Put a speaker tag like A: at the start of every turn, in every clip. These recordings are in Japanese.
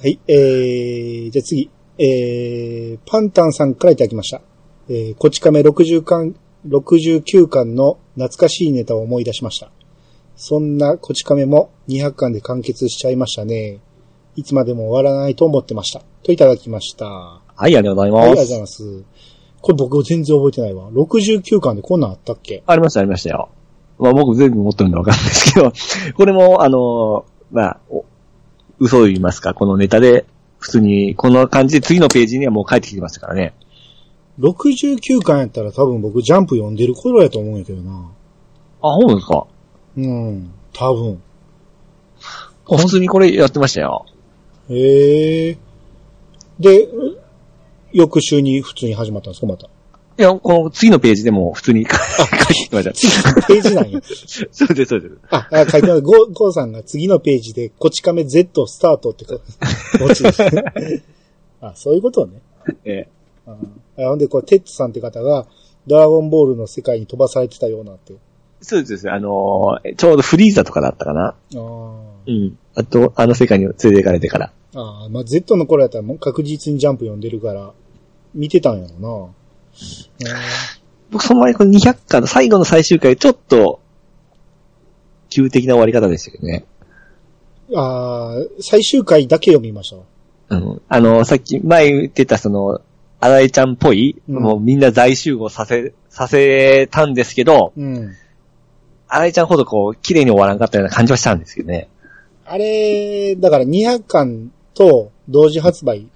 A: はい、えー、じゃあ次。えー、パンタンさんからいただきました。えー、こち亀60巻、69巻の懐かしいネタを思い出しました。そんなこち亀も200巻で完結しちゃいましたね。いつまでも終わらないと思ってました。といただきました。は
B: はい、ありがとうござい
A: い、ありがとう
B: ま
A: ござい
B: す。
A: ます。これ僕全然覚えてないわ。69巻でこんなんあったっけ
B: ありました、ありましたよ。まあ僕全部持ってるんでわかんないですけど、 これも、あの、まあ、お嘘を言いますか、このネタで、普通に、この感じで次のページにはもう帰ってきてましたからね。
A: ?69 巻やったら多分僕ジャンプ読んでる頃やと思うんやけどな。
B: あ、そうですか。
A: うん、多分。
B: 普通にこれやってましたよ。
A: へえ。で、う翌週に普通に始まったんですかま た。
B: いや、この次のページでもう普通 に書いてました。
A: 次のページなんや。
B: そうです、そうです。
A: あ、あ書いてます。ゴー、ゴーさんが次のページで、こち亀 Z スタートって書いてます あ、そういうことね。
B: え
A: ああほんで、これ、テッツさんって方が、ドラゴンボールの世界に飛ばされてたようなって。
B: そうです、そうです。あのーちょうどフリーザとかだったかな。
A: あ
B: うん。あと、あの世界に連れて行かれてから。
A: あ。ああ、まあ、Z の頃やったらもう確実にジャンプ読んでるから、見てたんやろな。あ
B: 僕、その前にこの200巻の最後の最終回、ちょっと、急的な終わり方でしたけどね。
A: ーあー、最終回だけ読みましたわ。
B: うん。あの、さっき前言ってた、その、新井ちゃんっぽい、
A: うん
B: もうみんな大集合させ、させたんですけど、
A: うん。
B: 新井ちゃんほどこう、綺麗に終わらなかったような感じはしたんですけどね。
A: あれ、だから200巻と同時発売。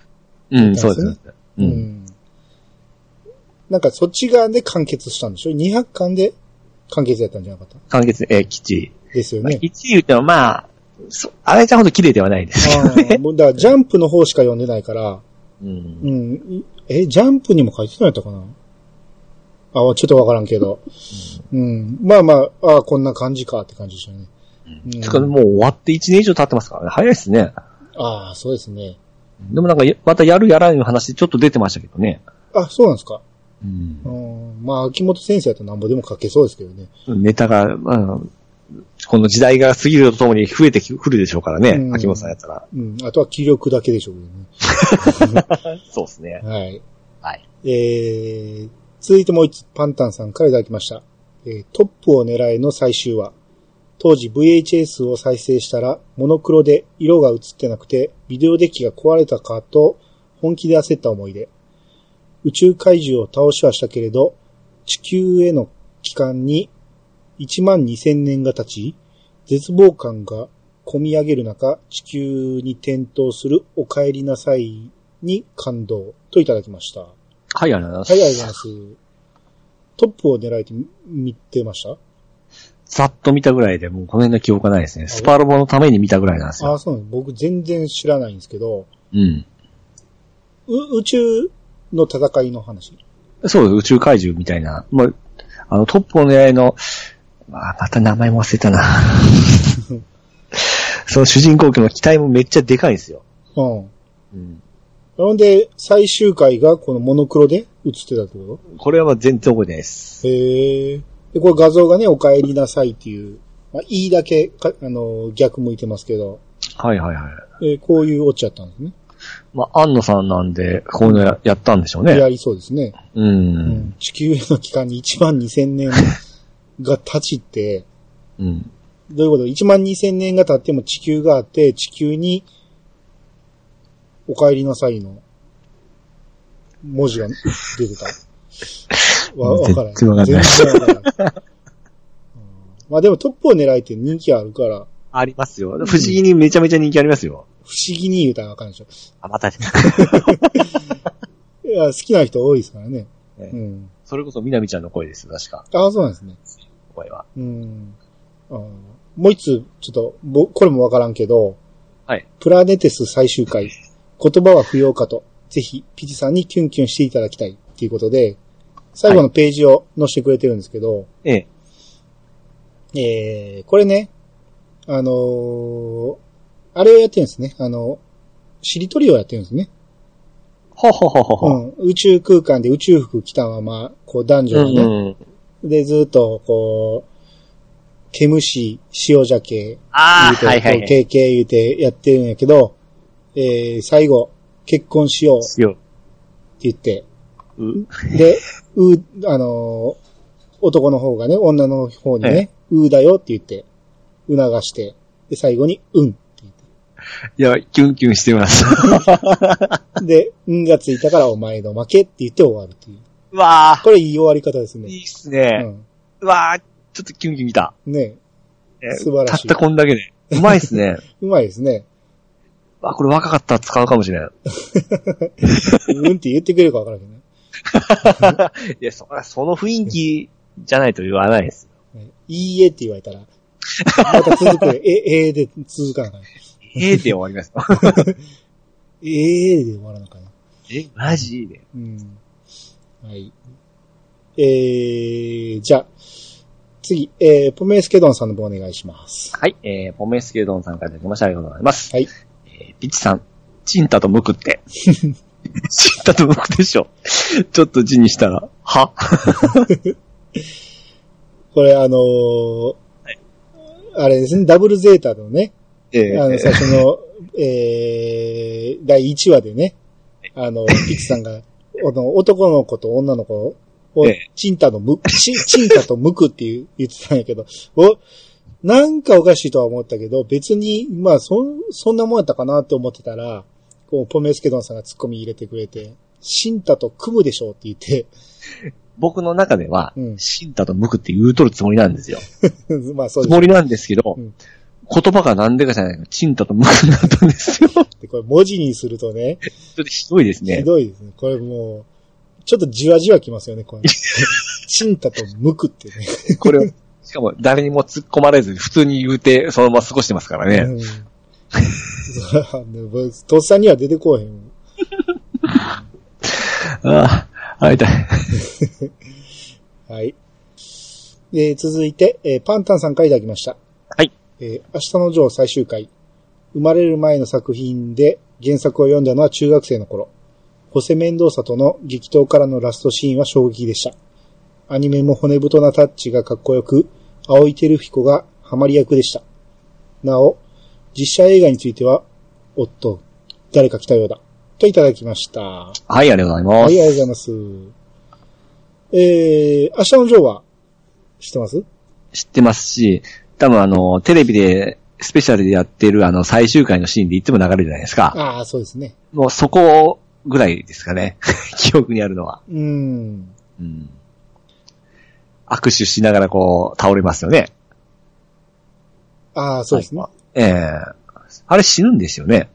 B: うん、そうですね。う。
A: うんん。なんかそっち側で完結したんでしょ ?200 巻で完結やったんじゃなかった
B: 完結、えー、吉。
A: ですよ
B: まあ
A: ね。
B: 吉言ってもまあ、そ新井ちゃんほど綺麗ではないですけど
A: ああ、
B: ね。
A: もうだからジャンプの方しか読んでないから、
B: うん
A: う。ん。え、ジャンプにも書いてないやったかなあ、ちょっとわからんけど。うん。まあまあ、ああ、こんな感じかって感じでしたね。うん
B: つうか、もう終わって1年以上経ってますからね。早いですね。
A: ああ、そうですね。
B: でもなんかや、またやるやらんの話ちょっと出てましたけどね。
A: あ、そうなんですか。
B: うん
A: うん。まあ、秋元先生やったらなんぼでも書けそうですけどね。
B: ネタが、まあ、この時代が過ぎるとともに増えてきくるでしょうからね。
A: うん
B: 秋元さんやったら。
A: うん。あとは気力だけでしょうけどね。
B: そうですね。
A: はい。
B: はい。
A: えー、続いてもう一つ、パンタンさんからいただきました。えートップを狙いの最終話。当時 VHS を再生したら、モノクロで色が映ってなくて、ビデオデッキが壊れたかと、本気で焦った思い出。宇宙怪獣を倒しはしたけれど、地球への帰還に1万2000年が経ち、絶望感が込み上げる中、地球に転倒するお帰りなさいに感動といただきました。
B: はい、ありがとうご
A: は
B: ざ
A: い、
B: い
A: あ
B: ま
A: り
B: す。
A: がとうございます。トップを狙えて見てました
B: ざっと見たぐらいで、もうこの辺の記憶がないですね。スパロボのために見たぐらいなんです
A: あ
B: よ。
A: あ、そうなんです。僕全然知らないんですけど、
B: うん。
A: う宇宙の戦いの話。
B: そうです、宇宙怪獣みたいな。まあ、あの、トップの狙いの、まあ、また名前も忘れ たな。その主人公機の機体もめっちゃでかいんですよ。
A: うん。
B: うん。
A: ほんで、最終回がこのモノクロで映ってたってこ
B: これはまあ全然覚えてないです。
A: とへえ。で、これ画像がね、お帰りなさいっていう、まあ、いいだけか、あの、逆向いてますけど、
B: はいはいはい。
A: えーこういうオチやったんですね。
B: まあ、安野さんなんで、こういうのややったんでしょうね。
A: やりそうですね。
B: う。
A: うんん。地球への期間に1万2000年が経ちって、
B: うん。
A: どういうこと ?1 万2000年が経っても地球があって、地球に、お帰りなさいの、文字が出 てた。わ、わからない。
B: 全然わかんない
A: 全然わからない。うんまあでもトップを狙いって人気あるから、
B: ありますよ。不思議にめちゃめちゃ人気ありますよ。
A: 不思議に言うたらあかんでしょ。
B: あ、また、
A: いや、好きな人多いですからね。
B: ね
A: うん。
B: それこそみなみちゃんの声ですよ、確か。
A: ああ、そうなんですね。
B: 声は。
A: うん。あーもう一つ、ちょっと、ぼこれもわからんけど、
B: はい。
A: プラネテス最終回、言葉は不要かと、ぜひ、ピチさんにキュンキュンしていただきたいっていうことで、最後のページを載せてくれてるんですけど、
B: ええ。
A: えー、これね、あのーあれをやってるんですね。あの、しりとりをやってるんですね。
B: ほほほほ
A: う
B: ほ。
A: ん。宇宙空間で宇宙服着たまま、こう男女
B: う
A: が
B: ん
A: ね、
B: うん。
A: で、ずっと、こう、毛虫、塩鮭、
B: ああ、
A: 言うて
B: はいはい
A: こう
B: はい。
A: KK 言うてやってるんやけど、ええー、最後、結婚しようっ
B: よ。
A: て言って、
B: う
A: で、う、あのー男の方がね、女の方にね、うだよって言って、促して、で、最後に、うんって言って。
B: いや、キュンキュンしてます。
A: で、うんがついたからお前の負けって言って終わるという。
B: わあ
A: これいい終わり方ですね。
B: いいっすね。うわあちょっとキュンキュンきた。
A: うん。ね
B: え
A: 素晴らしい
B: たったこんだけで。うまいっす ね。
A: うまいですね。
B: あ、これ若かったら使うかもしれん。
A: うんって言ってくれるかわからんけどね。
B: いや、そ、その雰囲気じゃないと言わないです。
A: ねいいえって言われたら、また続く。え、えーで続かなかな。
B: ええで終わり ます。
A: ええーで終わらなかな。
B: え、マジで。
A: うん。はい。えー、じゃあ、次、えー、ポメスケドンさんの方お願いします。
B: はい、えー、ポメスケドンさんからいただきました。ありがとうございます。
A: はい。
B: えー、ピッチさん、チンタとム クって。チンタとムクでしょ。ちょっと字にしたら、は
A: これあのーあれですね、ダブルゼータのね、
B: え
A: あの、
B: ー
A: 最初の、えー、第1話でね、あ の、ピッチさんが、あの男の子と女の子を
B: ええ、
A: チンタのむ、チチンタとムクっていう言ってたんやけど、お、なんかおかしいとは思ったけど、別に、まあ、そん、そんなもんやったかなって思ってたら、こう、ポメスケドンさんがツッコミ入れてくれて、シンタと組むでしょうって言って、
B: 僕の中では、
A: うん
B: チンタとムクって言うとるつもりなんですよ。
A: まあそう
B: つ
A: です
B: もりなんですけど、
A: うん
B: 言葉がなんでかじゃないのチンタとムクになったんで すよ。ちょっ
A: ね。これ文字にするとね、
B: とひどいです
A: ひ
B: ね。
A: どいですね。これもう、ちょっとじわじわきますよね、こ れ。チンタとムクってね。
B: これを、しかも誰にも突っ込まれず、普通に言うて、そのまま過ごしてますからね。
A: うん そうね僕とっさには出てこうへん。
B: ああ、会いたい。
A: はい。えー続いて、えーパンタンさんからいただきました。
B: はい。
A: えー明日のジョー最終回。生まれる前の作品で原作を読んだのは中学生の頃。ホセ・メンドーサとの激闘からのラストシーンは衝撃でした。アニメも骨太なタッチがかっこよく、青井輝彦がハマり役でした。なお、実写映画については、おっと、誰か来たようだ。といただきました。
B: はい、ありがとうございま
A: は
B: す。
A: い、ありがとうございます。えー、明日のジョーは、知ってます
B: 知ってますし、多分あの、テレビで、スペシャルでやってるあの、最終回のシーンでいつも流れるじゃないですか。
A: ああ、そうですね。
B: もうそこぐらいですかね。 記憶にあるのは。
A: うーん。
B: うん。握手しながらこう、倒れますよね。
A: ああ、そうですね。
B: ええあれ死ぬんですよね。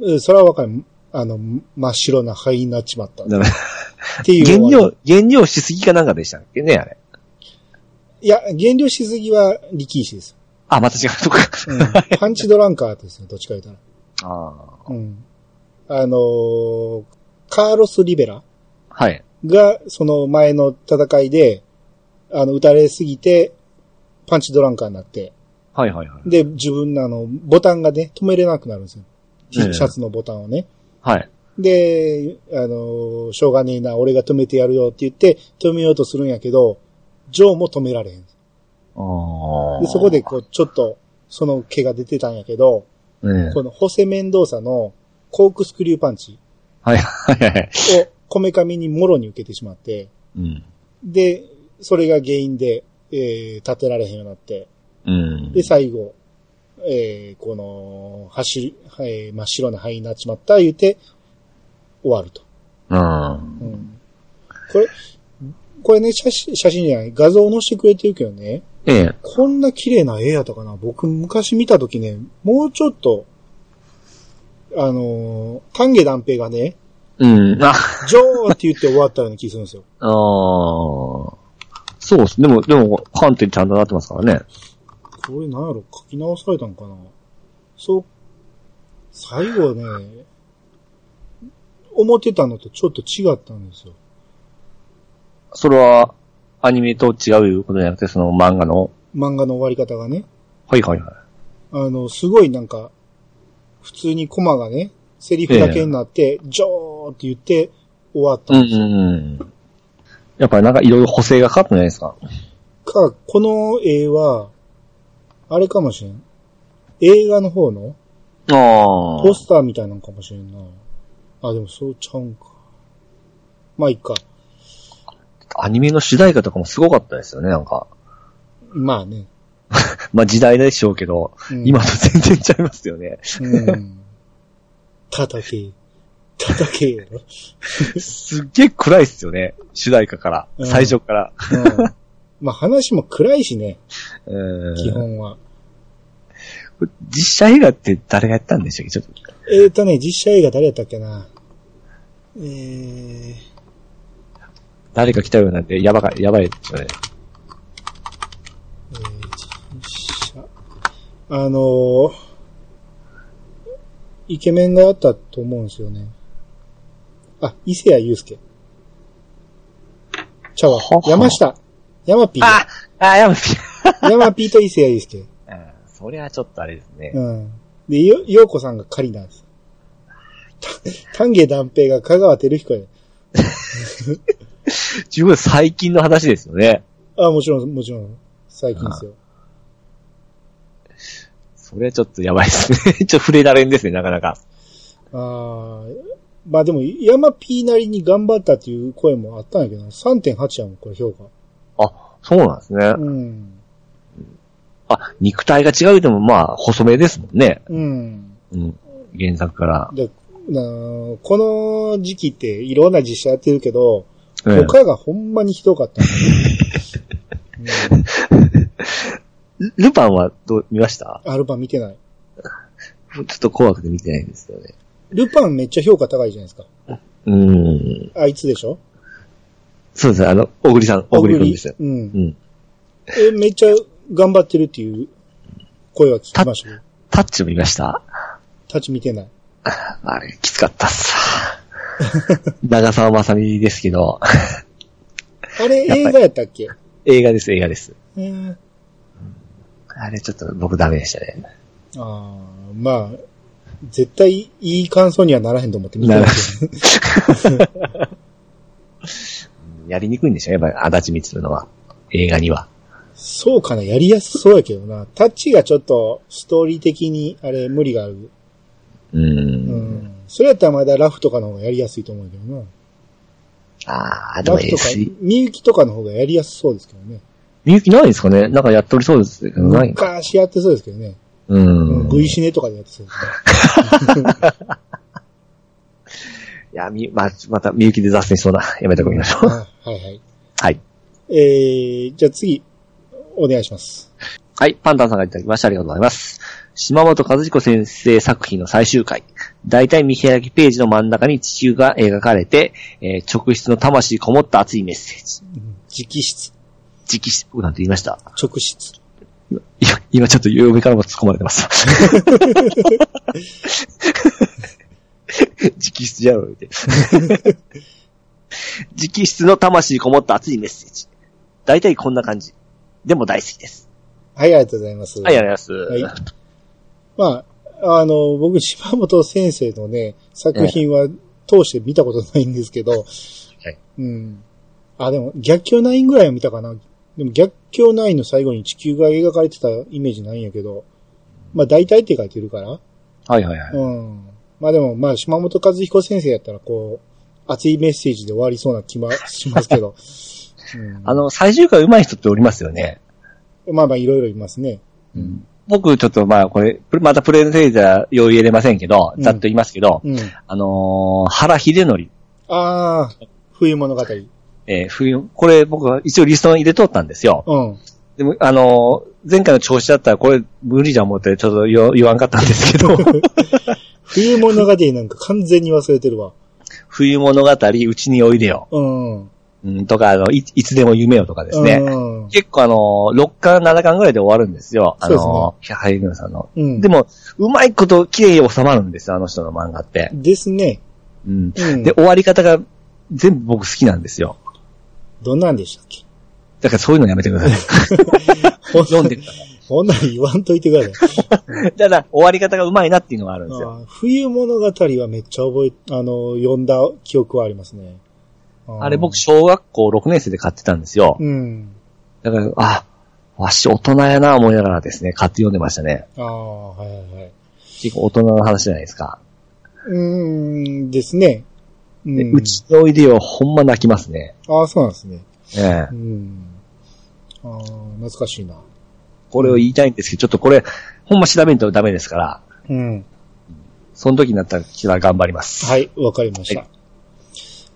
A: うんそれはわかる。あの、真っ白な灰になっちまった。っ
B: だから
A: ていう
B: 減
A: のは。
B: 量、減量しすぎかなんかでしたっけね、あれ。
A: いや、減量しすぎは力士です。
B: あ、また違うとこか。
A: うんパンチドランカーですね、どっちか言ったら。
B: あ
A: うん。あのーカーロス・リベラ
B: あ。はい。
A: が、その前の戦いで、あの、撃たれすぎて、パンチドランカーになって、
B: はいはいはい。
A: で、自分のあの、ボタンがね、止めれなくなるんですよ。シ
B: ええ
A: ャツのボタンをね。
B: はい。
A: で、あの、しょうがねえな、俺が止めてやるよって言って、止めようとするんやけど、ジョーも止められへん。で、
B: ああ。
A: そこで、こう、ちょっと、その毛が出てたんやけど、
B: ええ
A: このホセメンドーサのコークスクリューパンチ
B: はいはいはい。
A: をこめかみにもろに受けてしまって、
B: うん。
A: で、それが原因で、えー、立てられへんようになって、
B: うん。
A: で、最後、えー、この、走り、えー真っ白な灰になっちまった、言うて、終わると。
B: うん。
A: うん。これ、これね、写真、写真じゃない、画像を載せてくれてるけどね、
B: ええ
A: こんな綺麗な絵やったかな。僕、昔見たときね、もうちょっと、あのー、丹下断平がね、
B: うん。あ、
A: ジョーって言って終わったような気するんですよ。
B: あーそうっす。でも、でも、観点ちゃんとなってますからね。
A: これなんやろ、書き直されたんかな。そう、最後ね、思ってたのとちょっと違ったんですよ。
B: それは、アニメと違うことじゃなくて、その漫画の。
A: 漫画の終わり方がね。
B: はいはいはい。
A: あの、すごいなんか、普通にコマがね、セリフだけになって、ジョーって言って終わった
B: うんうんうん。やっぱりなんかいろいろ補正がかかったんじゃないですか。
A: か、この絵は、あれかもしれん。映画の方の、
B: あ
A: ポスターみたいなのかもしれんな。あ、でもそうちゃうんか。まあ、いいか。
B: あ。アニメの主題歌とかもすごかったですよね、なんか。
A: まあね。
B: まあ時代でしょうけど、
A: うん
B: 今と全然ちゃいますよね。
A: うん。叩け。叩けよ。
B: すっげえ暗いっすよね。主題歌から。
A: うん
B: 最初から。
A: うん。まあ話も暗いしね、
B: うん
A: 基本は。
B: 実写映画って誰がやったんでしたっけちょっと。
A: えーとね、実写映画誰やったっけな。えー、
B: 誰か来たようなんで、やばか、やばいですよね。
A: えー実写。あのーイケメンがあったと思うんですよね。あ、伊勢谷友介。ちゃうわ
B: は。は
A: 山下。山ピーだ。
B: ああ、やばい。
A: 山ピーと伊勢谷友介。
B: うんそれはちょっとあれですね。
A: うん。で、よ、ようこさんがカリナです。た丹下断平が香川照彦や。
B: 十分最近の話ですよね。
A: あ、もちろん、もちろん。最近ですよ。
B: それはちょっとやばいですね。 ちょっと触れられんですね、なかなか。
A: ああ、まあでも、山 P なりに頑張ったっていう声もあったんやけど、3.8やもん、これ評価。
B: あ、そうなんですね。
A: うん。
B: あ、肉体が違うでもまあ、細めですもんね。
A: うん。
B: うん。原作から。
A: で、なーこの時期っていろんな実写やってるけど、
B: うん
A: 他がほんまにひどかったんだよね、
B: ルルパンはどう、見ました
A: うんアルバ見てない。
B: ちょっと怖くて見てないんですよね。
A: ルパンめっちゃ評価高いじゃないですか。
B: うん。
A: あいつでしょ
B: そうですね、あの、小栗さん、小栗くんですよ。
A: 小栗うん
B: う。ん。
A: え、めっちゃ頑張ってるっていう声は聞きましたけど、
B: タッチも見ました
A: 立ち見てない。
B: あれ、きつかったっす。 長澤まさみですけど、
A: あれ
B: やっぱり
A: 映画やったっけ
B: 映画です、映画です。
A: えー、
B: あれ、ちょっと僕ダメでしたね。
A: ああ、まあ、絶対いい感想にはならへんと思って見てないけどね。
B: やりにくいんでしょやっぱり、足立みつるのは。映画には。
A: そうかな、やりやすそうやけどな。タッチがちょっとストーリー的にあれ無理がある。
B: う。
A: うんん。それやったらまだラフとかの方がやりやすいと思うけどな。
B: ああ、で
A: ラ
B: も
A: フとか
B: S、、
A: みゆきとかの方がやりやすそうですけどね。
B: みゆきないんですかねなんかやっておりそうですけど、ないか。
A: 昔やってそうですけどね。
B: う。
A: うんん。V シネとかでやってそうですね。
B: いや、み、ま、また、みゆきで雑誌しそうだ。 やめておきま しょう。
A: あはいはい。
B: はい。
A: えー、じゃあ次、お願いします。
B: はい、パンダンさんがいただきましてありがとうございます。島本和彦先生作品の最終回。大体見開きページの真ん中に地球が描かれて、えー直筆の魂こもった熱いメッセージ。
A: 直筆、
B: 直筆、僕なんて言いました
A: 直筆。
B: いや、今ちょっと嫁からも突っ込まれてます。 直筆じゃろ、言うて。直筆の魂こもった熱いメッセージ。大体こんな感じ。でも大好きです。
A: はい、ありがとうございます。
B: はい、ありがとうございま
A: は
B: す。
A: まあ、あの、僕、島本先生のね、作品は通して見たことないんですけど、うん。あ、でも、逆境9ぐらいは見たかな。でも、逆境9の最後に地球が描かれてたイメージないんやけど、まあ、大体って書いてるから、
B: はい、はい、はい。
A: うん。まあでも、まあ、島本和彦先生やったら、こう、熱いメッセージで終わりそうな気はしますけ ど、うん
B: あの、最終回上手い人っておりますよね。
A: まあまあ、いろいろいますね。
B: 僕、ちょっとまあ、これ、またプレゼンじゃ用意入れませんけど、
A: うん
B: ざっと言いますけど、
A: うん。
B: あのー原秀則、
A: ああ、冬物語。
B: えー冬、これ僕は一応リストに入れとったんですよ。
A: うん。
B: でも、あのー前回の調子だったらこれ無理じゃ思ってちょっと言わ言わんかったんで すけど、
A: 冬物語なんか完全に忘れてるわ。
B: 冬物語、うちにおいでよ、
A: うん。
B: うん、とか、あのい、いつでも夢よとかですね。
A: うん。
B: 結構あのー、6巻、7巻ぐらいで終わるんですよ。あのー、ハイグさんの。
A: うん。
B: でも、うまいこと綺麗に収まるんですよ、あの人の漫画って。
A: ですね。
B: うん。
A: うん。
B: で、終わり方が全部僕好きなんですよ。
A: どんなんでしたっけ
B: だからそういうのやめてく ださい。読んでください。
A: こんなん言わんといてください。
B: ただ、終わり方がうまいなっていうのがあるんですよ。
A: あー冬物語はめっちゃ覚え、あの、読んだ記憶はありますね。ー
B: あれ僕、小学校6年生で買ってたんですよ。
A: うん。
B: だから、あ、わし大人やな思いながらですね、買って読んでましたね。
A: ああ、はいはいはい。
B: 結構大人の話じゃないですか。
A: うーん、ですね。う
B: で
A: ん、
B: うちのおいでよ、ほんま泣きますね。
A: ああ、そうなんですね。
B: え
A: う。
B: え
A: ん。ああ、懐かしいな。
B: これを言いたいんですけど、ちょっとこれ、ほんま調べんとダメですから、
A: うん。
B: その時になったら、ちは頑張ります。
A: はい、わかりました。
B: は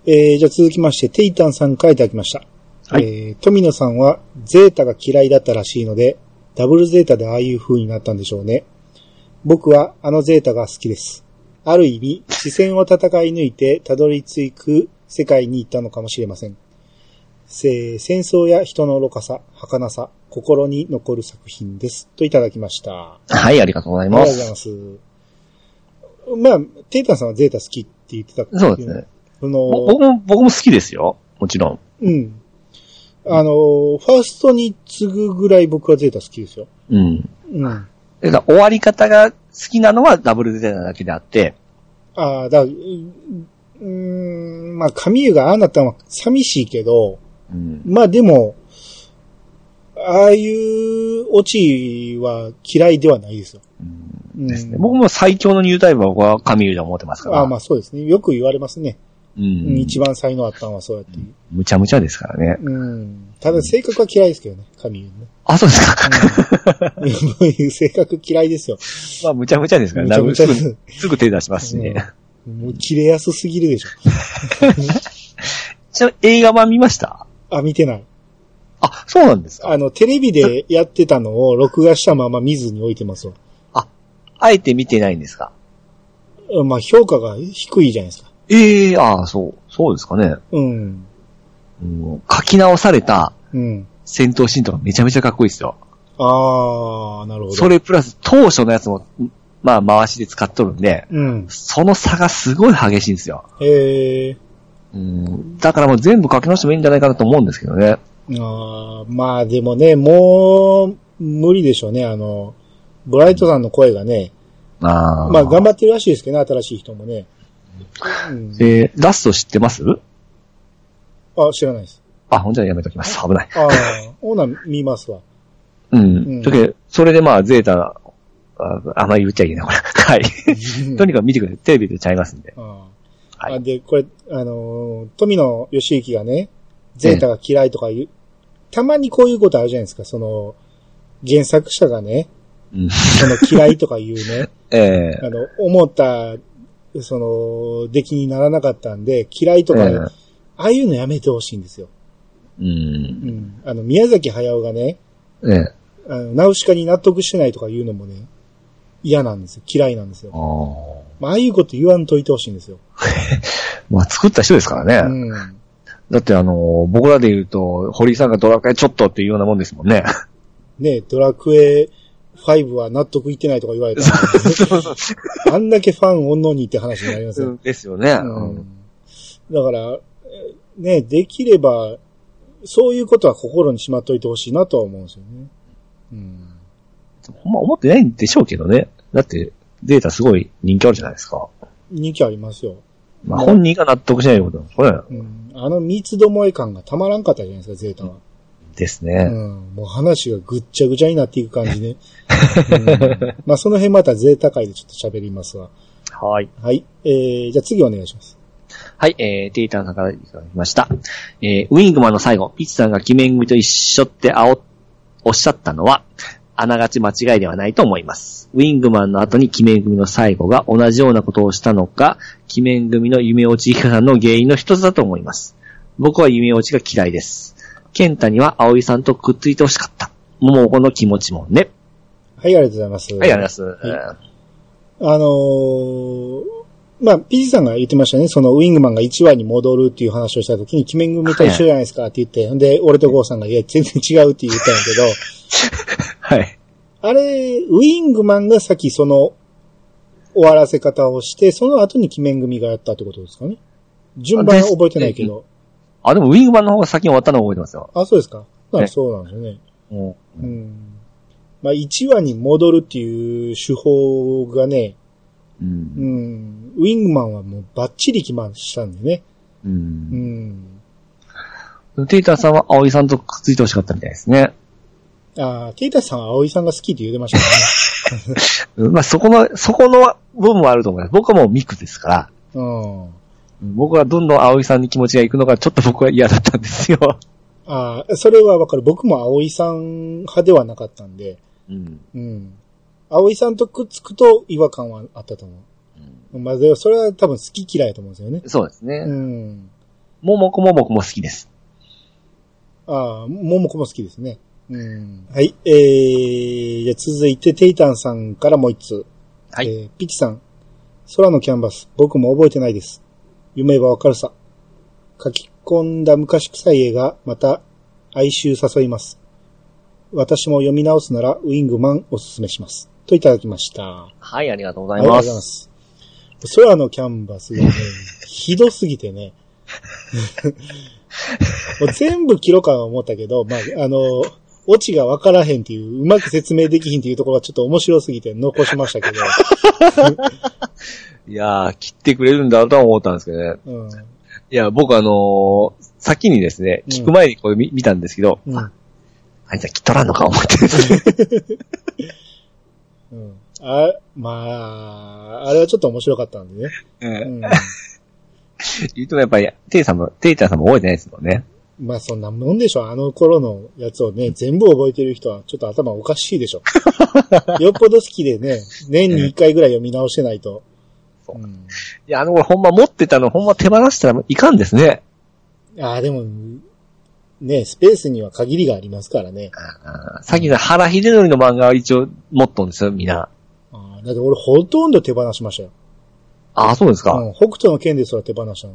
A: えー、じゃあ続きまして、テイタンさんからいただきました。
B: はい
A: えー、富野さんはゼータが嫌いだったらしいので、ダブルゼータでああいう風になったんでしょうね。僕はあのゼータが好きです。ある意味、視線を戦い抜いてたどり着く世界に行ったのかもしれません。せ戦争や人の愚かさ、儚さ、心に残る作品です。といただきました。
B: はい、ありがとうござい
A: ありが
B: ま
A: とうござい
B: す。
A: ます。まあ、テイタンさんはゼータ好きって言ってたってい
B: そうですね。
A: そ
B: ぼ
A: の、
B: 僕も、僕も好きですよ。もちろん。
A: うん。あの、ファーストに次ぐぐらい僕はゼータ好きですよ。
B: うん。
A: うん。あ
B: だから終わり方が好きなのはダブルデータだけであって、
A: あ、だ、うーん、まあ、神湯がああなったのは寂しいけど、
B: うん。
A: まあでも、ああいうオチは嫌いではないですよ。うん。
B: ですね。僕も最強のニュータイプは僕は神優だと思ってますから。
A: ああ、まあそうですね。よく言われますね。
B: うん
A: うん、一番才能あったのはそうやって。
B: むちゃむちゃですからね。
A: うん。ただ性格は嫌いですけどね、神湯ね。
B: あ、そうですか。
A: うん性格嫌いですよ。
B: まあ、むちゃむちゃですから。
A: むちゃむちゃ
B: だいぶすぐすぐ手出しますしね。
A: もう切れやすすぎるでしょ。
B: ちなみに映画版見ました
A: あ、見てない。
B: あ、そうなんですか。
A: あの、テレビでやってたのを録画したまま見ずに置いてますわ。
B: あえて見てないんですか
A: まあ、評価が低いじゃないですか。
B: ええああ、そう、そうですかね。
A: うん。
B: うん書き直された
A: うん。
B: 戦闘シーンとかめちゃめちゃかっこいいですよ。
A: あー、なるほど。
B: それプラス当初のやつも、まあ、回しで使っとるんで、
A: うん。
B: その差がすごい激しいんですよ。
A: えー、
B: うん。だからもう全部書き直してもいいんじゃないかなと思うんですけどね。
A: あーまあでもね、もう、無理でしょうね。あの、ブライトさんの声がね、
B: まあ。
A: まあ頑張ってるらしいですけどね、新しい人もね。うん、
B: えーラスト知ってます
A: あ、知らないです。
B: あ、ほんじゃやめときます。危ない。
A: あー、オーナー見ますわ。
B: うんん。だけどそれでまあ、ゼータ、ああんまり言っちゃいけない、これ。 はい。とにかく見てください。テレビでちゃいますんで。
A: ああ
B: はい
A: あで、これ、あのー富野義行がね、ゼータが嫌いとか言う、たまにこういうことあるじゃないですか、その、原作者がね、
B: うん。
A: その嫌いとか言う ね、
B: ええ
A: あの、思った、その、出来にならなかったんで、嫌いとか、
B: ええ
A: ああいうのやめてほしいんですよ。
B: う。
A: うんん。あの、宮崎駿がね、
B: ええ
A: あのナウシカに納得してないとか言うのもね、嫌なんですよ。嫌いなんですよ。
B: ああ。
A: まあ、ああいうこと言わんといてほしいんですよ。
B: まあ、作った人ですからね。
A: うん。
B: だってあのー、僕らで言うと、堀井さんがドラクエちょっとっていうようなもんですもんね。
A: ねドラクエ5は納得いってないとか言われたら、あんだけファンおんのにって話になりますよ。
B: ですよね。
A: うんだから、えね、できれば、そういうことは心にしまっといてほしいなとは思うんですよね。うん。
B: ほんま思ってないんでしょうけどね。だって、データすごい人気あるじゃないですか。
A: 人気ありますよ。
B: まあ、
A: ね
B: 本人が納得しないことなんですこれ
A: うん。あの三つどもえ感がたまらんかったじゃないですか、ゼータは。
B: です
A: う
B: ね。
A: ん。もう話がぐっちゃぐちゃになっていく感じ ね。うんまあその辺またゼータ界でちょっと喋りますわ。
B: はい。
A: はい。えー、じゃあ次お願いします。
B: はい、えー、テイタンさんからいただきました。えー、ウィングマンの最後、ピチさんが鬼面組と一緒ってあお、おっしゃったのは、あながち間違いではないと思います。ウィングマンの後に鬼面組の最後が同じようなことをしたのか、鬼面組の夢落ち批判の原因の一つだと思います。僕は夢落ちが嫌いです。ケンタには葵さんとくっついてほしかった。桃子の気持ちもね。
A: はい、ありがとうございます。
B: はい、ありがとうござい
A: は
B: ます。
A: あのーまあ、ピジさんが言ってましたね。そのウィングマンが1話に戻るっていう話をした時に、鬼面組と一緒じゃないですかって言って、ほんで、俺とゴーさんが、いや、全然違うって言ったんやけど、
B: はい。
A: あれ、ウィングマンが先その、終わらせ方をして、その後に鬼面組がやったってことですかね。順番は覚えてないけど。
B: あ、でもウィングマンの方が先に終わったのを覚えてますよ。
A: あ、そうですか。まあ
B: ね
A: そうなんですよね。
B: うん
A: うん。まあ、1話に戻るっていう手法がね、
B: うん
A: うん、ウィングマンはもうバッチリ決ましたんでね。
B: う
A: うんん。
B: テイターさんは葵さんとくっついてほしかったみたいですね。
A: ああ、テイタさんは葵さんが好きって言うてました
B: うんまあそこの、そこの部分はあると思います。僕はもうミクですから、
A: うん。
B: うん僕はどんどん葵さんに気持ちがいくのがちょっと僕は嫌だったんですよ。
A: ああ、それはわかる。僕も葵さん派ではなかったんで、
B: うん。
A: うん。葵さんとくっつくと違和感はあったと思う。まあ、でもそれは多分好き嫌いだと思うんですよね。
B: そうですね
A: う。ん。
B: ももこももこも好きです。
A: ああ、ももこも好きですね。うん。はい。えー、じゃあ続いて、テイタンさんからもう一つ。
B: はい
A: えーピチさん。空のキャンバス。僕も覚えてないです。夢はわかるさ。書き込んだ昔臭い絵が、また、哀愁誘います。私も読み直すなら、ウィングマンおすすめします。といただきました。
B: はい、ありがとうご
A: あ
B: ざいます。
A: す。空のキャンバスがね、ひどすぎてね。 もう全部切ろうか思ったけど、まあ、あの、オチがわからへんっていう、うまく説明できひんっていうところはちょっと面白すぎて残しました けど。
B: いやー、切ってくれるんだとは思ったんですけどね。
A: うん。
B: いや、僕あのー先にですね、
A: うん
B: 聞く前にこれ見,、見たんですけど、
A: うん
B: あ、あいつは切っとらんのか思ってですね。
A: うん。あ、まあ、あれはちょっと面白かったんでね。うん。
B: 言うてもやっぱり、テイさんも、テイタさんも覚えてないですもんね。
A: まあそんなもんでしょ。あの頃のやつをね、全部覚えてる人はちょっと頭おかしいでしょ。 よっぽど好きで ね、年に一回ぐらい読み直してないと。
B: そう
A: うん
B: いや、あの、これほんま持ってたの、ほんま手放したらいかんですね。
A: ああ、でも、ね、スペースには限りがありますからね。
B: あーさっきの原秀則の漫画は一応持っとんですよ、みんな。
A: ああだって俺ほとんど手放しましたよ。
B: ああ、そうですか。
A: うん、北斗の剣ですら手放したの。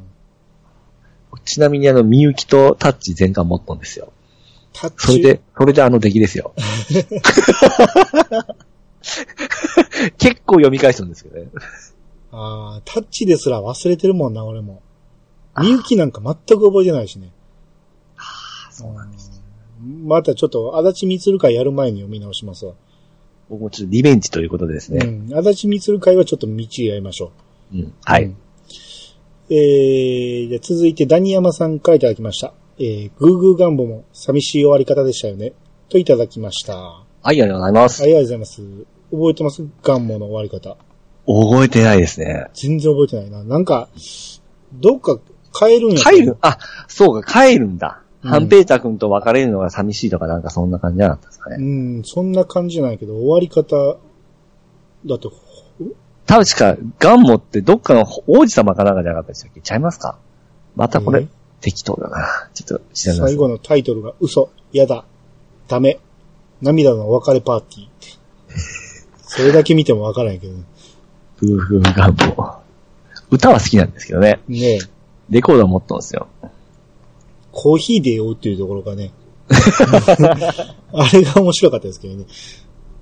B: ちなみにあの、みゆきとタッチ全巻持っとんですよ。
A: タッチ。
B: それで、それであの出来 ですよ。結構読み返したんですけどね。
A: ああ、タッチですら忘れてるもんな、俺も。みゆきなんか全く覚えてないしね。ああ、そうなんです。またちょっと、足立みつる会やる前に読み直しますわ。
B: 僕もちょっとリベンジということでです
A: う
B: ね。
A: ん。足立みつる会はちょっと道やりましょう。
B: うん。は
A: う
B: い
A: ん。えー、じゃあ続いてダニヤマさんからいただきました。えー、グーグーガンボも寂しい終わり方でしたよね。といただきました。
B: はい、ありがとうございま
A: あ
B: す。
A: りがとうございます。覚えてますガンモの終わり方。
B: 覚えてないですね。
A: 全然覚えてないな。なんか、どっか変えるんやった
B: 帰るあ、そうか、帰るんだ。
A: うん
B: ハンペータ君と別れるのが寂しいとかなんかそんな感じじゃなかったですか
A: う
B: ね。
A: ん、そんな感じじゃないけど、終わり方、だって、
B: 確か、ガンモってどっかの王子様かなんかじゃなかったでしたっけちゃいますかまたこれ、
A: えー
B: 適当だな。ちょっと、知らない
A: 最後のタイトルが嘘、やだ、ダメ、涙のお別れパーテ ィーって。それだけ見てもわからんやけどね。
B: 夫婦願望。歌は好きなんですけどね。
A: ねえ。
B: レコードは持ったんですよ。
A: コーヒーで酔うっていうところがね。あれが面白かったですけどね。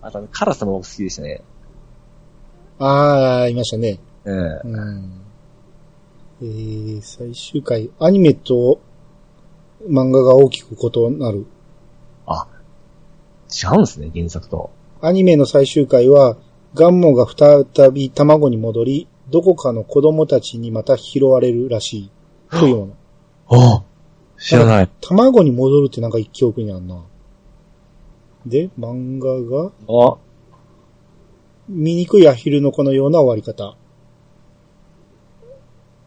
B: あと、カラスも僕好きでしたね。
A: あー、いましたね。
B: うん。
A: うん。えー、最終回、アニメと漫画が大きく異なる。
B: あ、違うんですね、原作と。
A: アニメの最終回は、ガンモが再び卵に戻り、どこかの子供たちにまた拾われるらしい。というもの。
B: あ知らない。
A: 卵に戻るってなんか記憶にあんな。で、漫画が、
B: あ、
A: 醜いアヒルの子のような終わり方。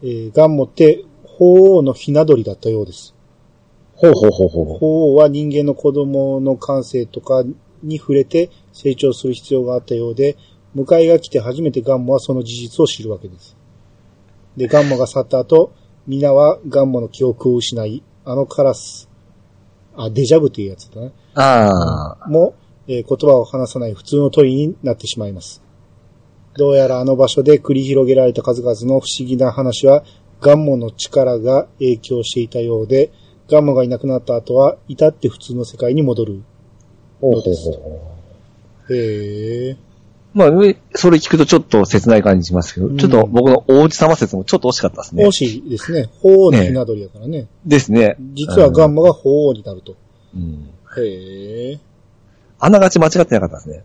A: えー、ガンモって、法王の雛鳥だったようです。
B: ほうほうほうほうほう。
A: 法王は人間の子供の感性とかに触れて成長する必要があったようで、迎えが来て初めてガンモはその事実を知るわけです。で、ガンモが去った後、皆はガンモの記憶を失い、あのカラス、あ、デジャブというやつだね。
B: ああ、
A: も、えー言葉を話さない普通の鳥になってしまいます。どうやらあの場所で繰り広げられた数々の不思議な話は、ガンモの力が影響していたようで、ガンモがいなくなった後は、至って普通の世界に戻る。
B: ほう
A: ほ
B: ほ
A: う
B: う
A: ほ
B: ほ
A: う
B: う
A: へえ。
B: まあ、ねそれ聞くとちょっと切ない感じしますけど、
A: うん
B: ちょっと僕の王子様説もちょっと惜しかったですね
A: 惜。しいですね。法王の雛鳥やからね。
B: ですね。
A: 実はガンモが法王になると。
B: うん。
A: へえ。
B: あながち間違ってなかったですね。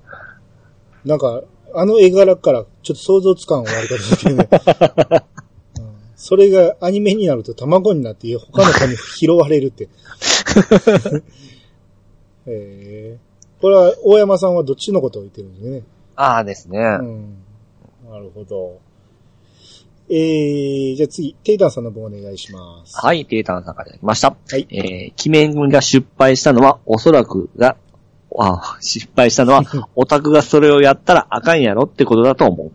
A: なんか、あの絵柄からちょっと想像つかん終わり方ですけどね。うんそれがアニメになると卵になって他の子に拾われる って。へえこれは大山さんはどっちのことを言ってるんですね。
B: ああですね。
A: うん。なるほど。えー、じゃあ次、テイダンさんの分お願いします。
B: はい、データの中でいただきました。
A: はい
B: えー、鬼面組が失敗したのは、おそらくが、あ失敗した のは、オタクがそれをやったらあかんやろってことだと思う。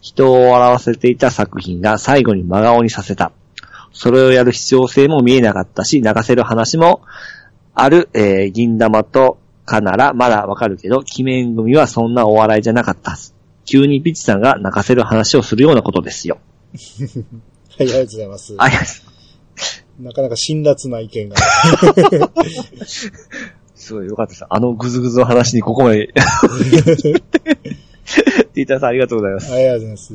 B: 人を笑わせていた作品が最後に真顔にさせた。それをやる必要性も見えなかったし、泣かせる話もある、えー、銀玉とかならまだわかるけど、鬼面組はそんなお笑いじゃなかったはず。急にピチさんが泣かせる話をするようなことですよ。
A: はい、ありがとうございます。
B: あ、いや
A: なかなか辛辣な意見が。
B: すごいよかったです。あのグズグズの話にここま で。ティーターさんありがとうございます。
A: ありがとうございます。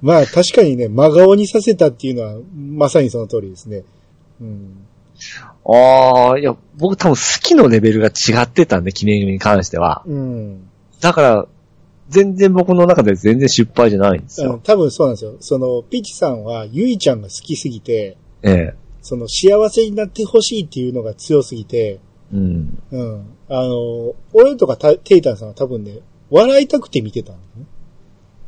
A: まあ確かにね、真顔にさせたっていうのは、まさにその通りですね。うん。
B: ああ、いや、僕多分好きのレベルが違ってたんで、記念組に関しては。
A: うん。
B: だから、全然僕の中で全然失敗じゃないんです
A: あの
B: よ。
A: 多分そうなんですよ。その、ピチさんは、ゆいちゃんが好きすぎて、
B: ええ。
A: その、幸せになってほしいっていうのが強すぎて、
B: うん。
A: うん。あの、俺とかたテイタンさんは多分ね、笑いたくて見てたのね。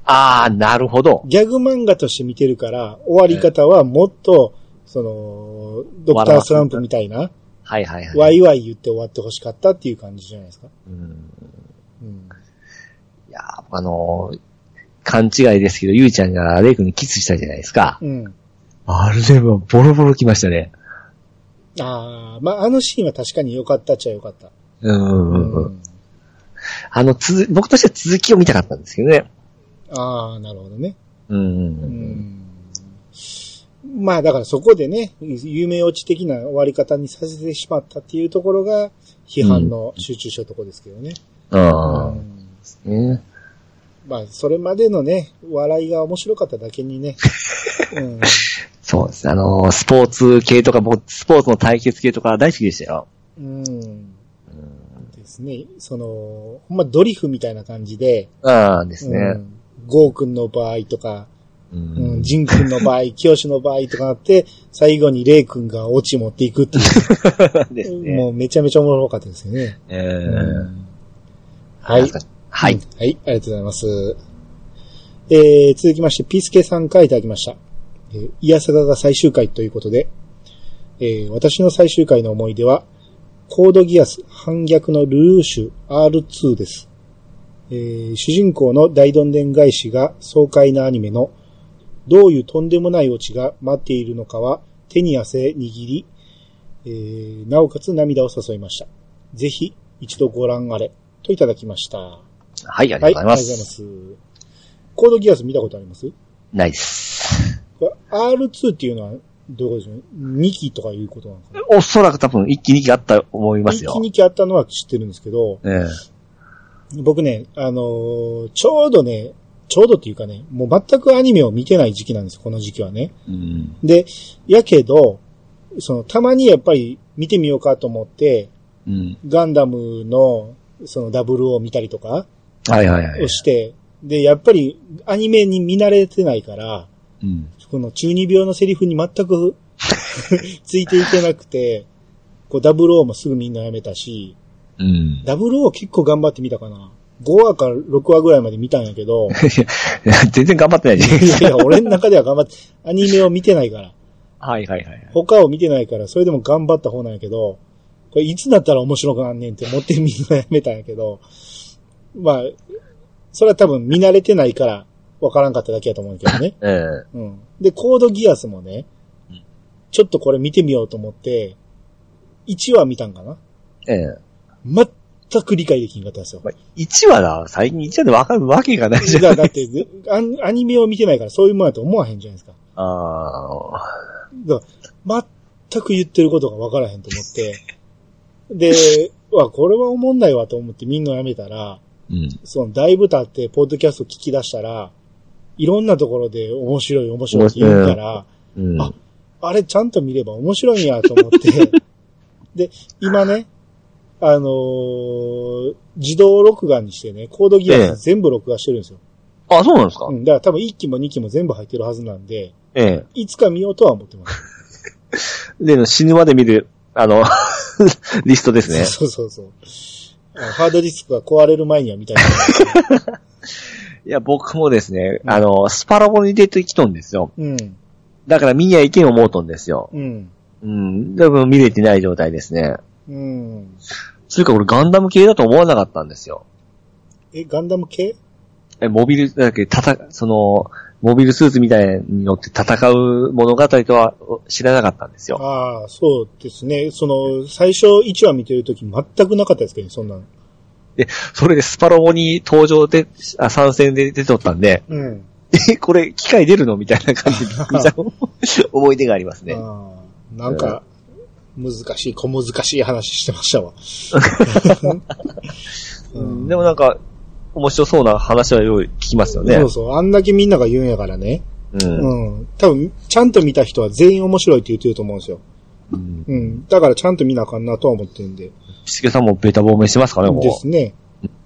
B: ああ、なるほど。
A: ギャグ漫画として見てるから、終わり方はもっと、その、ドクタースランプみたいな、
B: はいはいはい。
A: ワイワイ言って終わってほしかったっていう感じじゃないですか。
B: うん、
A: うん。
B: いやー、あのー勘違いですけど、ゆいちゃんがレイ君にキスしたじゃないですか。
A: うん。
B: あれはボロボロ来ましたね。
A: ああ、まあ、あのシーンは確かに良かったっちゃ良かった。
B: うんう
A: うん
B: うん。あの、つづ、僕としては続きを見たかったんですけどね。
A: ああ、なるほどね。
B: うんうん
A: う
B: うん。
A: ん。まあ、だからそこでね、有名落ち的な終わり方にさせてしまったっていうところが、批判の集中したところですけどね。
B: あ
A: うん
B: あ、ね。
A: まあ、それまでのね、笑いが面白かっただけに ね。うん、
B: そうですね。あのー、スポーツ系とか、僕スポーツの対決系とか大好きでしたよ。
A: うん。ですね。その、ほんまドリフみたいな感じで、
B: ああ、です
A: う
B: ね。
A: ん、ゴーくんの場合とか、
B: う
A: うん、
B: ん。
A: ジンくんの場合、 清志の場合とかなって、最後にレイくんがオチ持っていくってい
B: です
A: う、
B: ね。
A: もうめちゃめちゃおもろかったですよね。う
B: えー
A: んはい。
B: 懐かしはい。。
A: はい、ありがとうございます。えー、続きまして、ピースケさんからいただきました。えー、イヤサガが最終回ということで、えー、私の最終回の思い出は、コードギアス反逆のルルーシュ R2 です。えー、主人公の大どんでん返しが爽快なアニメの、どういうとんでもないオチが待っているのかは手に汗握り、えー、なおかつ涙を誘いました。ぜひ一度ご覧あれといただきました。
B: はい、あ
A: は
B: りがとう
A: い、
B: ご
A: ありが
B: ざいま。
A: とうございますす。コードギアス見たことあります
B: ないです。
A: これ ?R2 っていうのはどういうことですか ?2 期とかいうことなのかな
B: おそらく多分、一気に気があったと思いますよ。
A: 1期2期あったのは知ってるんですけど、
B: ええ
A: 僕ね、あのーちょうどね、ちょうどっていうかね、もう全くアニメを見てない時期なんです、この時期はね。
B: うん。
A: で、やけど、その、たまにやっぱり見てみようかと思って、
B: うん。
A: ガンダムの、その、ダブルを見たりとか、
B: はいはいはい
A: を。して、で、やっぱりアニメに見慣れてないから、
B: うん。
A: この中二病のセリフに全く ついていけなくて、こう、ダブルオーもすぐみんなやめたし、
B: うん。
A: ダブルオー結構頑張ってみたかな。5話から6話ぐらいまで見たんやけど、
B: 全然頑張ってない
A: い
B: です。
A: やいや、俺の中では頑張って、アニメを見てないから、
B: はいはいはい。
A: 他を見てないから、それでも頑張った方なんやけど、これいつになったら面白くなんねんって思ってみんなやめたんやけど、まあ、それは多分見慣れてないから、わからんかっただけやと思うんやけどね。
B: ええ
A: うん。で、コードギアスもね
B: うん、
A: ちょっとこれ見てみようと思って、1話見たんかな
B: ええ
A: 全く理解できなかったんですよ。
B: まあ、1話だ。最近1話でわかるわけがないじゃん。
A: だだってねアニ、アニメを見てないからそういうもんやと思わへんじゃないですか。
B: ああ。
A: だから、全く言ってることがわからへんと思って、で、 うわ、これは思んないわと思ってみんなやめたら、
B: うん。
A: その、だいぶ経って、ポッドキャスト聞き出したら、いろんなところで面白い面白いって言うから、
B: うん。
A: ああれちゃんと見れば面白いんやと思 って。で、今ね、あのー自動録画にしてね、コードギアス全部録画してるんですよ。
B: あ、そうなんですか、
A: うん、だから多分1期も2期も全部入ってるはずなんで、
B: ええ。
A: いつか見ようとは思ってます。
B: で、死ぬまで見る、あの、リストです ね。
A: そうそうそう。ハードディスクが壊れる前にはみ たいな。
B: いや、僕もですね、あの、スパラボに出てきとんですよ。
A: うん。
B: だから見にゃいけん思うとんですよ。
A: うん。
B: うん。多分見れてない状態ですね。
A: うん。
B: それか俺ガンダム系だと思わなかったんですよ。
A: え、ガンダム系
B: え、モビル、だっけ、たた、その、モビルスーツみたいに乗って戦う物語とはお知らなかったんですよ。
A: ああ、そうですね。その、最初1話見てるとき全くなかったですけどね、そんなん。
B: それでスパロボに登場で、あ参戦で出ておったんで、
A: うん。
B: え、これ、機械出るのみたいな感じで びっくりした思い出がありますね。
A: ああ、なんか、難しい、小難しい話してましたわ。
B: うんでもなんか、面白そうな話はよい聞きますよね。
A: そうそう。あんだけみんなが言うんやからね。
B: うん
A: うん。多分、ちゃんと見た人は全員面白いって言ってると思うんですよ。
B: うん。
A: うん。だからちゃんと見なあかんなとは思ってるんで。
B: しつけさんもベタ褒めしてますかね、もう。
A: ですね。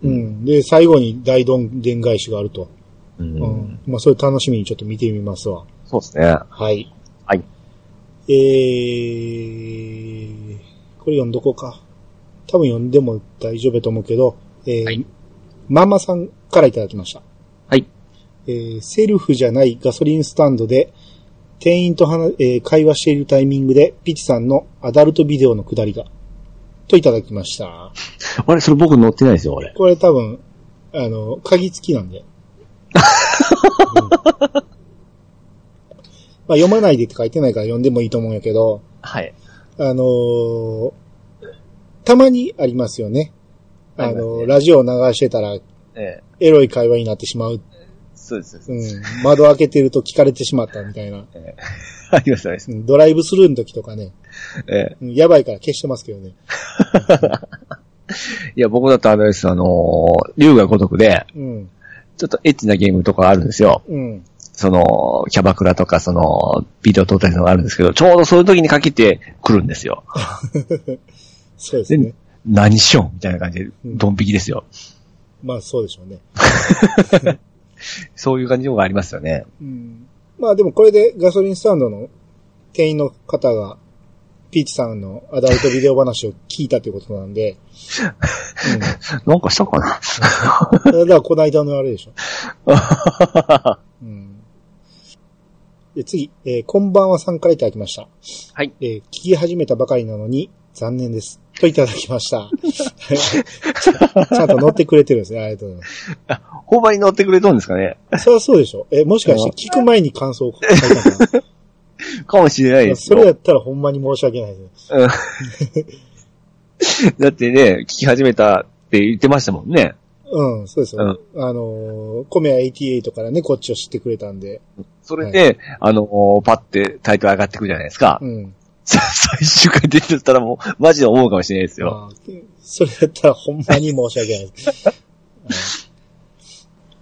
A: うん。で、最後に大どんでん返しがあると。
B: うん
A: うん。まあ、それ楽しみにちょっと見てみますわ。
B: そうですね。
A: はい。
B: はい。
A: えー、これ読んどこうか。多分読んでも大丈夫だと思うけど、えー
B: はい
A: ママさんからいただきました。
B: はい。
A: えーセルフじゃないガソリンスタンドで、店員と話、えー会話しているタイミングで、ピチさんのアダルトビデオのくだりが、といただきました。
B: あれ、それ僕乗ってないですよ、俺。
A: これ多分、あの、鍵付きなんで。うんまあ、読まないでって書いてないから読んでもいいと思うんやけど、
B: はい。
A: あのーたまにありますよね。あ
B: あります
A: の、
B: ね
A: ラジオ流してたら、
B: ええ。
A: エロい会話になってしまう。
B: そうです。そうです
A: うん。窓開けてると聞かれてしまったみたいな。
B: あります、あります
A: う。んドライブスルーの時とかね。
B: え
A: うんやばいから消してますけどね。
B: え。いや、僕だとあれです、あのー、竜が如くで、
A: うん。
B: ちょっとエッチなゲームとかあるんですよ。
A: うん。
B: その、キャバクラとか、その、ビデオ撮ったりのがあるんですけど、ちょうどそういう時にかけてくるんですよ。
A: そうですね
B: で。、何しよんみたいな感じで、
A: うん
B: ドン引きですよ。
A: まあ、そうでしょうね。
B: そういう感じのがありますよね。
A: うんまあでもこれでガソリンスタンドの店員の方が、ピーチさんのアダルトビデオ話を聞いたということなんで、
B: なんかしたかな
A: うん、だからこの間のあれでしょ。うん、で次、えーこんばんはさんからいただきました。
B: はい。
A: えー聞き始めたばかりなのに残念です。といただきま した。ちゃんと乗ってくれてるんですね。ありがとうございます。
B: 本番に乗ってくれたんですかね
A: そりゃそうでしょ。え、もしかして聞く前に感想を書いたのか
B: かもしれないで
A: な
B: す
A: それや
B: よ。
A: ったらほんまに申し訳ないです。
B: うんだってね、聞き始めたって言ってましたもんね。
A: うん、そうですよ。
B: うん
A: あのー、コメア88からね、こっちを知ってくれたんで。
B: それで、あのー、パってタイトル上がってくるじゃないですか。
A: うん。
B: さ 最終回出てたらもう、マジで思うかもしれないですよ。
A: まあそれだったらほんまに申し訳 ないです。はい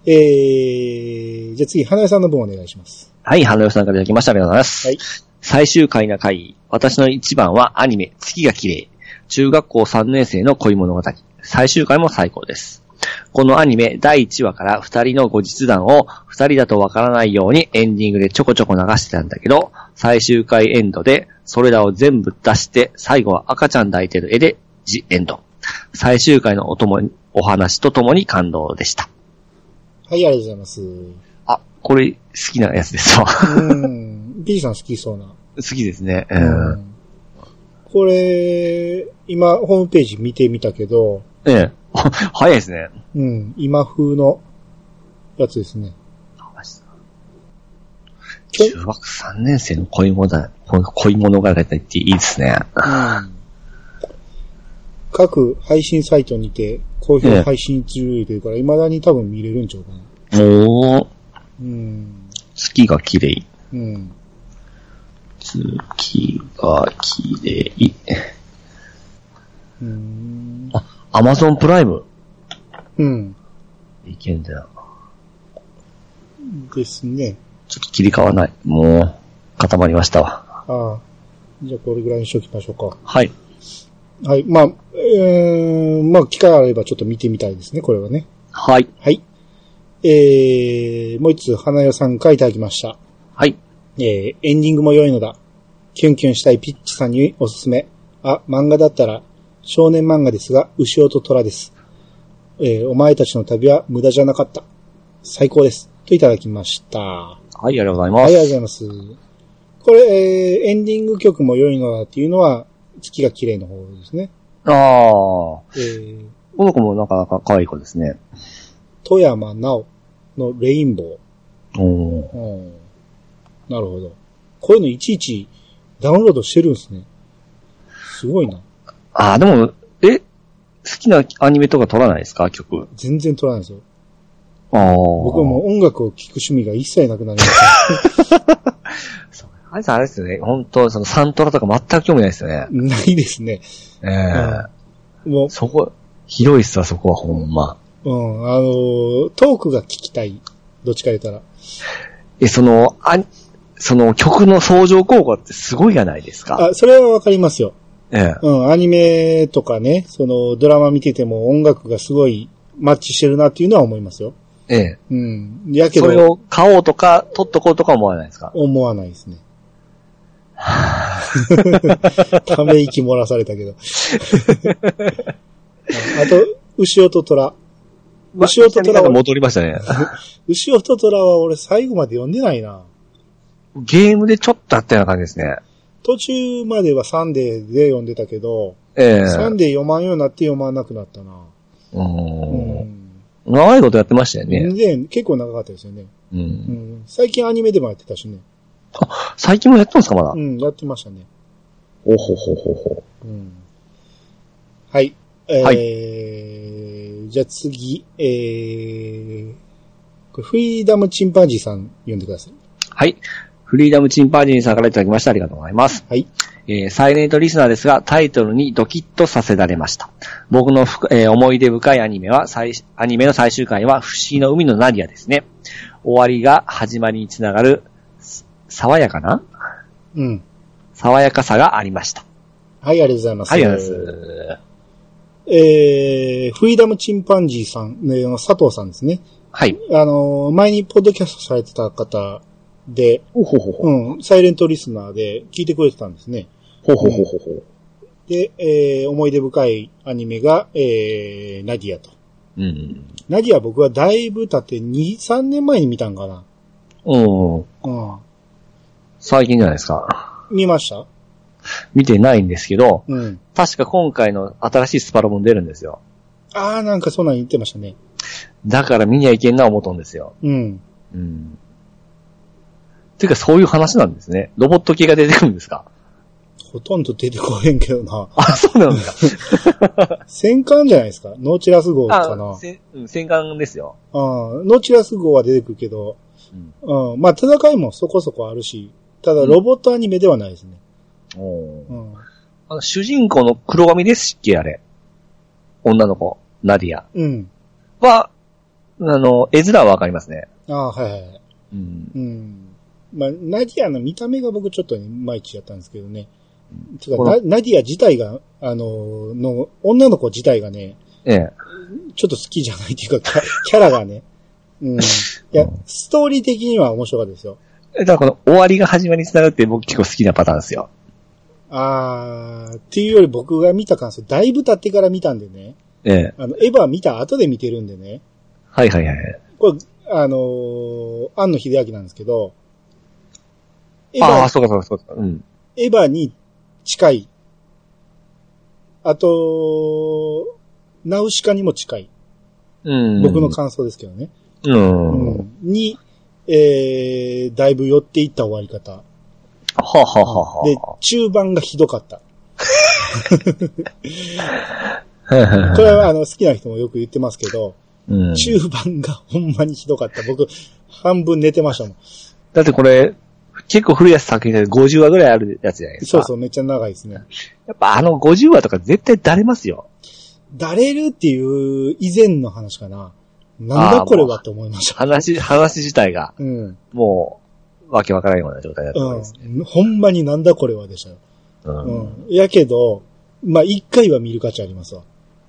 A: えー、じゃあ次、花江さんの分お願いします。
B: はい、花代さんからいただきました。ありがとうございます。
A: はい
B: 最終回な回、私の一番はアニメ、月が綺麗。中学校3年生の恋物語。最終回も最高です。このアニメ第1話から2人の後日談を2人だとわからないようにエンディングでちょこちょこ流してたんだけど、最終回エンドでそれらを全部出して最後は赤ちゃん抱いてる絵でジエンド。最終回のおともにお話とともに感動でした。
A: はい、ありがとうございます。う
B: あ、これ好きなやつで すわ。
A: ん。B さん好きそうな。
B: 好きですね。うん。
A: これ、今、ホームページ見てみたけど、
B: ええ。 早いですね。
A: うん、今風のやつですね。ちょ
B: 中学3年生の恋物だ、恋物語って言っていいですね。
A: うん各配信サイトにて、好評配信中というから、未だに多分見れるんちゃうかな。
B: おー、
A: うん。
B: 月が綺麗。
A: うん。
B: 月が綺麗。
A: うん。
B: アマゾンプライム。
A: うん。
B: いけんだよ。
A: ですね。
B: ちょっと切り替わない。もう、固まりましたわ。
A: ああ。じゃあ、これぐらいにしときましょう
B: はい。
A: か。はい。まあ、えー、まあ、機会あればちょっと見てみたいですね、これはね。
B: はい。
A: はい。えー、もう一つ、花代さんからいただきました。
B: はい。
A: えー、エンディングも良いのだ。キュンキュンしたいピッチさんにおすすめ。あ、漫画だったら、少年漫画ですが、牛尾と虎です。えーお前たちの旅は無駄じゃなかった。最高です。といただきました。は
B: はい、ありがとうござい
A: い、あ
B: ま
A: り
B: す。
A: がとうございます。これ、えーエンディング曲も良いのだっていうのは、月が綺麗の方ですね。
B: ああ、こ
A: えー
B: の子もなかなか可愛い子ですね。
A: 富山なおのレインボ
B: おー
A: ー。うんなるほど。こういうのいちいちダウンロードしてるんですね。すごいな。
B: ああ、でも、え、好きなアニメとか撮らないですか曲。
A: 全然取らないですよ。
B: ああ。
A: 僕
B: 僕
A: はも。う音楽を聴く趣味が一切なくなりま した。
B: あれさんあれですよね。本当そのサントラとか全く興味ないですよね。
A: ないですね。
B: ええ
A: も
B: そこ、広いっすわ、そこはほんま。
A: う、うん、あのートークが聞きたい。どっちか言ったら。
B: え、その、あ、その曲の相乗効果ってすごいじゃないですか。
A: あ、それはわかりますよ。
B: ええ。
A: うん、アニメとかね、そのドラマ見てても音楽がすごいマッチしてるなっていうのは思いますよ。
B: ええ。
A: うん。やけ
B: それ
A: ど、
B: を買おうとか、取っとこうとか思わないですか。
A: 思わないです ね。ため息漏らされたけ ど。あと、牛尾と虎。牛尾と
B: な
A: 虎
B: んか
A: は、
B: 戻りましたね。
A: 牛尾と虎は俺最後まで読んでないな。
B: ゲームでちょっとあったような感じですね。
A: 途中まではサンデーで読んでたけど、
B: ええ。
A: サンデー読まんようになって読まなくなったな。
B: う。
A: うんん。
B: 長いことやってましたよね。
A: で、結構長かったですよね。
B: う。
A: うんん。最近アニメでもやってたしね。
B: 最近もやってますか、まだ
A: う。ん、やってましたね。
B: おほほほほ。
A: うん。はい。えー
B: は
A: じゃあ次、えー、これフリーダムチンパンジーさん読んでください。
B: はい。フリーダムチンパンジーさんからいただきました。ありがとうございます。
A: はい。
B: えーサイレントリスナーですが、タイトルにドキッとさせられました。僕のふく、えー思い出深いアニメは、最アニメの最終回は、不思議の海のナディアですね。終わりが始まりにつながる、す爽やかな
A: うん。
B: 爽やかさがありました。
A: はい、ありがとうございます。
B: はい、ありがとうございます。
A: えー、フリーダムチンパンジーさん、ね、佐藤さんですね。
B: はい。
A: あの、前にポッドキャストされてた方で、
B: ほほほほ。
A: うん、サイレントリスナーで聞いてくれてたんですね。
B: ほほほほほ。
A: で、えー思い出深いアニメが、えー、ナディアと。
B: うん。
A: ナディア僕はだいぶ経って2、3年前に見たんかな。
B: うん。
A: うん。
B: 最近じゃないですか。
A: 見ました
B: 見てないんですけど、
A: うん。
B: 確か今回の新しいスパロボン出るんですよ。
A: あー、なんかそんなん言ってましたね。
B: だから見にはいけんな思ったんですよ。
A: うん。
B: うん。てか、そういう話なんですね。ロボット系が出てくるんですか
A: ほとんど出てこへんけどな。
B: あ、そうなんですか。
A: 戦艦じゃないですかノーチラス号かな
B: あ、。せうん、戦艦ですよ。
A: うん。ノーチラス号は出てくるけど、
B: うん。
A: うん。まあ、戦いもそこそこあるし、ただロボットアニメではないですね。
B: おー
A: うん。
B: あの主人公の黒髪ですっけ、あれ。女の子、ナディア
A: うん。
B: は、あの、絵面はわかりますね。
A: あー、はいはいはい。
B: うん。
A: うん。まあ、ナディアの見た目が僕ちょっといまいちやったんですけどね。てか
B: この
A: ナ、ナディア自体が、あの、の、女の子自体がね、
B: ええ。
A: ちょっと好きじゃないっていうか、キャ キャラがね。うん。いや、ストーリー的には面白かったですよ。
B: えだからこの終わりが始まりにつながるって僕結構好きなパターンですよ。
A: あー、っていうより僕が見た感想、だいぶ経ってから見たんでね。
B: ええ。
A: あの、エヴァ見た後で見てるんでね。
B: はいはいはい。
A: これ、あのー、庵野秀明なんですけど、エヴ
B: あ
A: ァ
B: あ、、そうかそうかそうか。うん。
A: エヴァに近い。あと、ナウシカにも近い。
B: うん。
A: 僕の感想ですけどね。
B: う
A: うん
B: ん。は
A: に、えー、だいぶ寄っていった終わり方。
B: あはあはあはあ。
A: で、中盤がひどかった。
B: は
A: これはあの好きな人もよく言ってますけど、
B: うん
A: 中盤がほんまにひどかった。僕、半分寝てましたもん。
B: だってこれ、結構古いやつ作品で50話ぐらいあるやつじゃないです
A: そう
B: か。
A: そう、めっちゃ長いですね。
B: やっぱあの50話とか絶対だれますよ。
A: だれるっていう以前の話かな。なんだこれはって思いました。
B: 話、話自体が、
A: うん。
B: もう、わけわからんような状態だと思います。
A: うん。ほんまになんだこれはでしたよ。
B: うん。
A: う
B: は
A: ん。やけど、まあ、一回は見る価値ありますわ。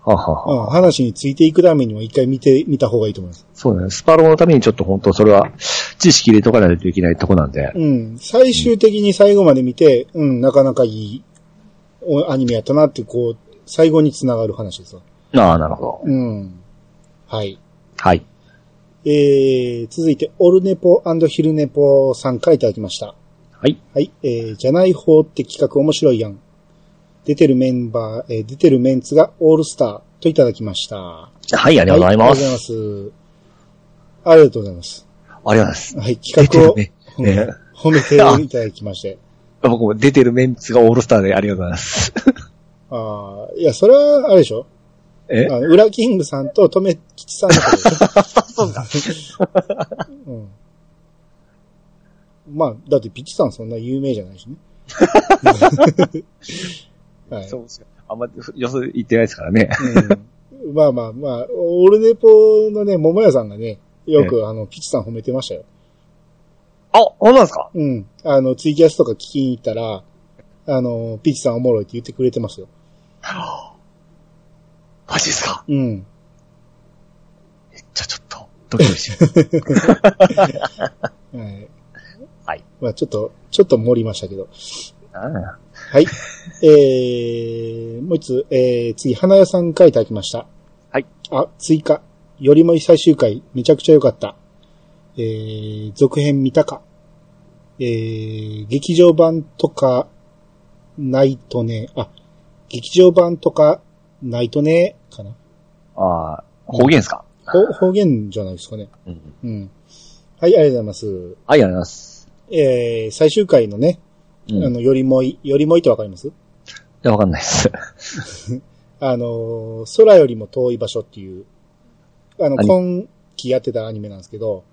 B: はは
A: うん。話についていくためにも一回見てみた方がいいと思います。
B: そうだね。スパロボのためにちょっと本当それは、知識入れとかないといけないとこなんで。
A: うん。最終的に最後まで見て、うん、なかなかいいおアニメやったなって、こう、最後に繋がる話ですわ。
B: ああ、なるほど。
A: うん。はい。
B: はい。
A: えー、続いて、オルネポヒルネポさんからいただきました。
B: はい。
A: はい、えー、じゃない方って企画面白いやん。出てるメンバー、えー出てるメンツがオールスターといただきました。
B: はい、ありがとうござい
A: はいありがとう
B: ます。
A: ございます。ありがとうございます。
B: ありがとうございます。
A: はい、
B: 出
A: 企
B: て
A: 画
B: る
A: を、
B: ね。
A: うん
B: ね
A: 褒めていただきまして。
B: 僕も出てるメンツがオールスターでありがとうございます。
A: ああ、いや、それは、あれでしょ
B: え
A: あの、裏キングさんと、とめきちさんのことでしょ うん。まあ、だってピッチさんそんな有名じゃないし ね。はい。
B: そうですよあんまよそ言ってないですからね。
A: うんまあまあまあ、オールネポのね、桃屋さんがね、よくあの、ピチさん褒めてましたよ。
B: あ、そうなんですか
A: うん。あの、ツイキャスとか聞きに行ったら、あの、ピチさんおもろいって言ってくれてますよ。
B: マジですか
A: うん。
B: じゃあちょっと、ドキドキします。
A: はい。
B: はい。
A: まあちょっと、ちょっと盛りましたけど。
B: あ
A: はい。 えー、もう一つ、えー、次、花屋さんからいただきました。
B: はい。
A: あ、追加。よりもい最終回、めちゃくちゃ良かった。えー、続編見たか。えー、劇場版とか、ないとね、あ、劇場版とか、ないとね、かな。
B: あー、方言ですか
A: ほ方言じゃないですかね。
B: うん。
A: うん。はい、ありがとうございます。
B: はい、ありがとうございます。
A: えー、最終回のね、
B: うん。
A: あ
B: い
A: の、よりもい、よりもいってわかります
B: や、わかんないです。
A: あのー、空よりも遠い場所っていう、あの、
B: アニ
A: 今期やってたアニメなんですけど、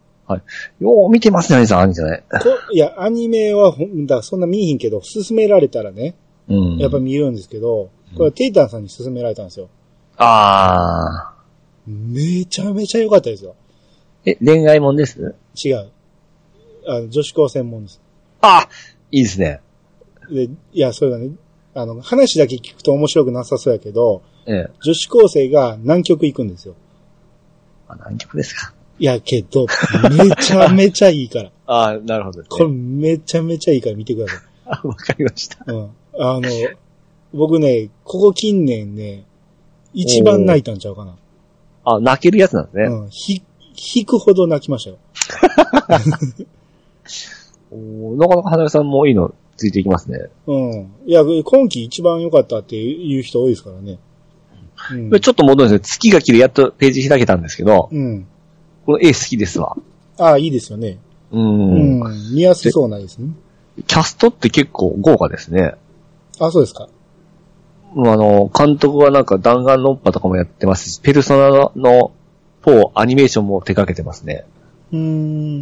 B: よう見てますね、兄さん、兄さんね。
A: こいや、アニメはほんだ、そんな見えへんけど、勧められたらね、
B: うん。
A: やっぱ見るんですけど、
B: うん
A: これテイタンさんに勧められたんですよ。
B: あ
A: めちゃめちゃ良かったですよ。
B: ー。え、恋愛もんです
A: 違う。あの、女子高専門です。
B: あいいですね。
A: で、いや、それがね、あの、話だけ聞くと面白くなさそうやけど、
B: ええ。
A: 女子高生が南極行くんですよ。
B: あ、何曲ですか
A: いや、けど、めちゃめちゃいいから。
B: あー、なるほど、
A: これめちゃめちゃいいから見てください。
B: あ、わかりました。
A: うん。あの、僕ね、ここ近年ね、一番泣いたんちゃうかな。
B: あ、泣けるやつなんですね。
A: うん。ひ、引くほど泣きましたよ。
B: おーなかなか花江さんもいいのついていきますね。
A: うん。いや、今季一番良かったっていう人多いですからね。うん
B: これ。ちょっと戻るんですけど、月が切れやっとページ開けたんですけど、
A: うん。
B: この絵好きですわ。
A: ああ、いいですよね。
B: う。
A: うんん。見やすそうなですね。
B: キャストって結構豪華ですね。
A: あ、そうですか。
B: もうあの、監督はなんか弾丸論破とかもやってますし、ペルソナの4アニメーションも手掛けてますね。
A: うー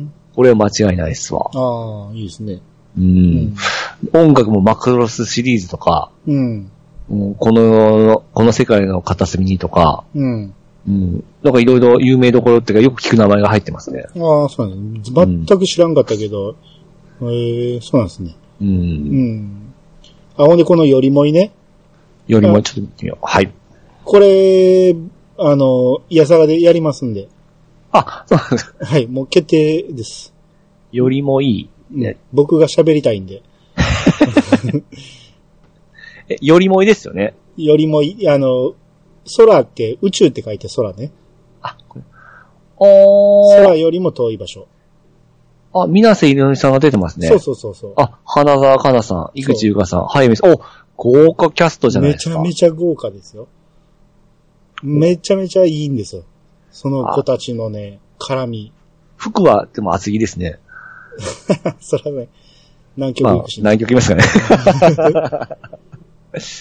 A: ん。
B: これは間違いないっすわ。
A: ああ、いいですね。
B: う。。
A: うん
B: 音楽もマクロスシリーズとか、
A: うん。
B: うんこの、この世界の片隅にとか、
A: うん。
B: うん。なんかいろいろ有名どころっていうかよく聞く名前が入ってますね。
A: ああ、そうなんです。全く知らんかったけど、ええそうなんですね。
B: う。
A: うんん。あ、ほんでこのよりもいね。
B: よりもちょっと見てみよう。はい。
A: これ、あの、いやさがでやりますんで。
B: あ、そうなんです
A: はい、もう決定です。
B: よりもいい。ね
A: 僕が喋りたいんで。
B: えよりもいいですよね。
A: よりもい、あの、空って、宇宙って書いて空ね。
B: あ、これ。お
A: 空よりも遠い場所。
B: あ、水瀬稲のさんが出てますね。
A: そうそうそうそう。
B: あ、花澤香菜さん、井口優香さん、早見さん。お、豪華キャストじゃない
A: め
B: です
A: ち
B: か。
A: ゃめちゃ豪華ですよ。めちゃめちゃいいんですよ。その子たちのね、絡み。
B: 服は、でも厚着ですね。
A: そらね、南極
B: ま
A: 行
B: あ
A: く、し、ね
B: 何曲いますかね。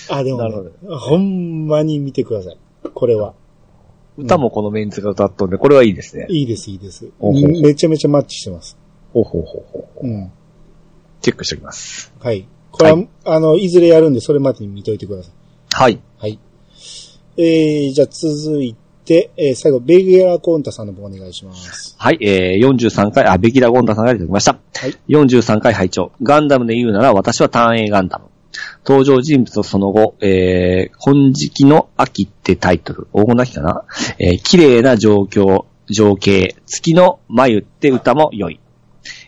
A: あ、でも、
B: なる
A: ね、ほんまに見てください。これは。ん
B: 歌もこのメンツが歌っとんで、これはいいですね。
A: いいです、いいです。
B: ほうほう
A: めちゃめちゃマッチしてます。
B: ほうほうほうほう。
A: うん。
B: チェックしておきます。
A: はい。これは、
B: は
A: あの、いずれやるんで、それまでに見といてください。
B: はい。
A: はい。えー、じゃあ続いて、えー、最後、ベギラ・コンタさんの方お願いします。
B: はい、えー、43回、あ、ベキラ・ゴンダさんが出てきました。
A: はい
B: 43回拝聴ガンダムで言うなら私は単影ガンダム。登場人物とその後、えー、金色の秋ってタイトル。黄金の秋かなえー、綺麗な状況、情景。月の眉って歌も良い。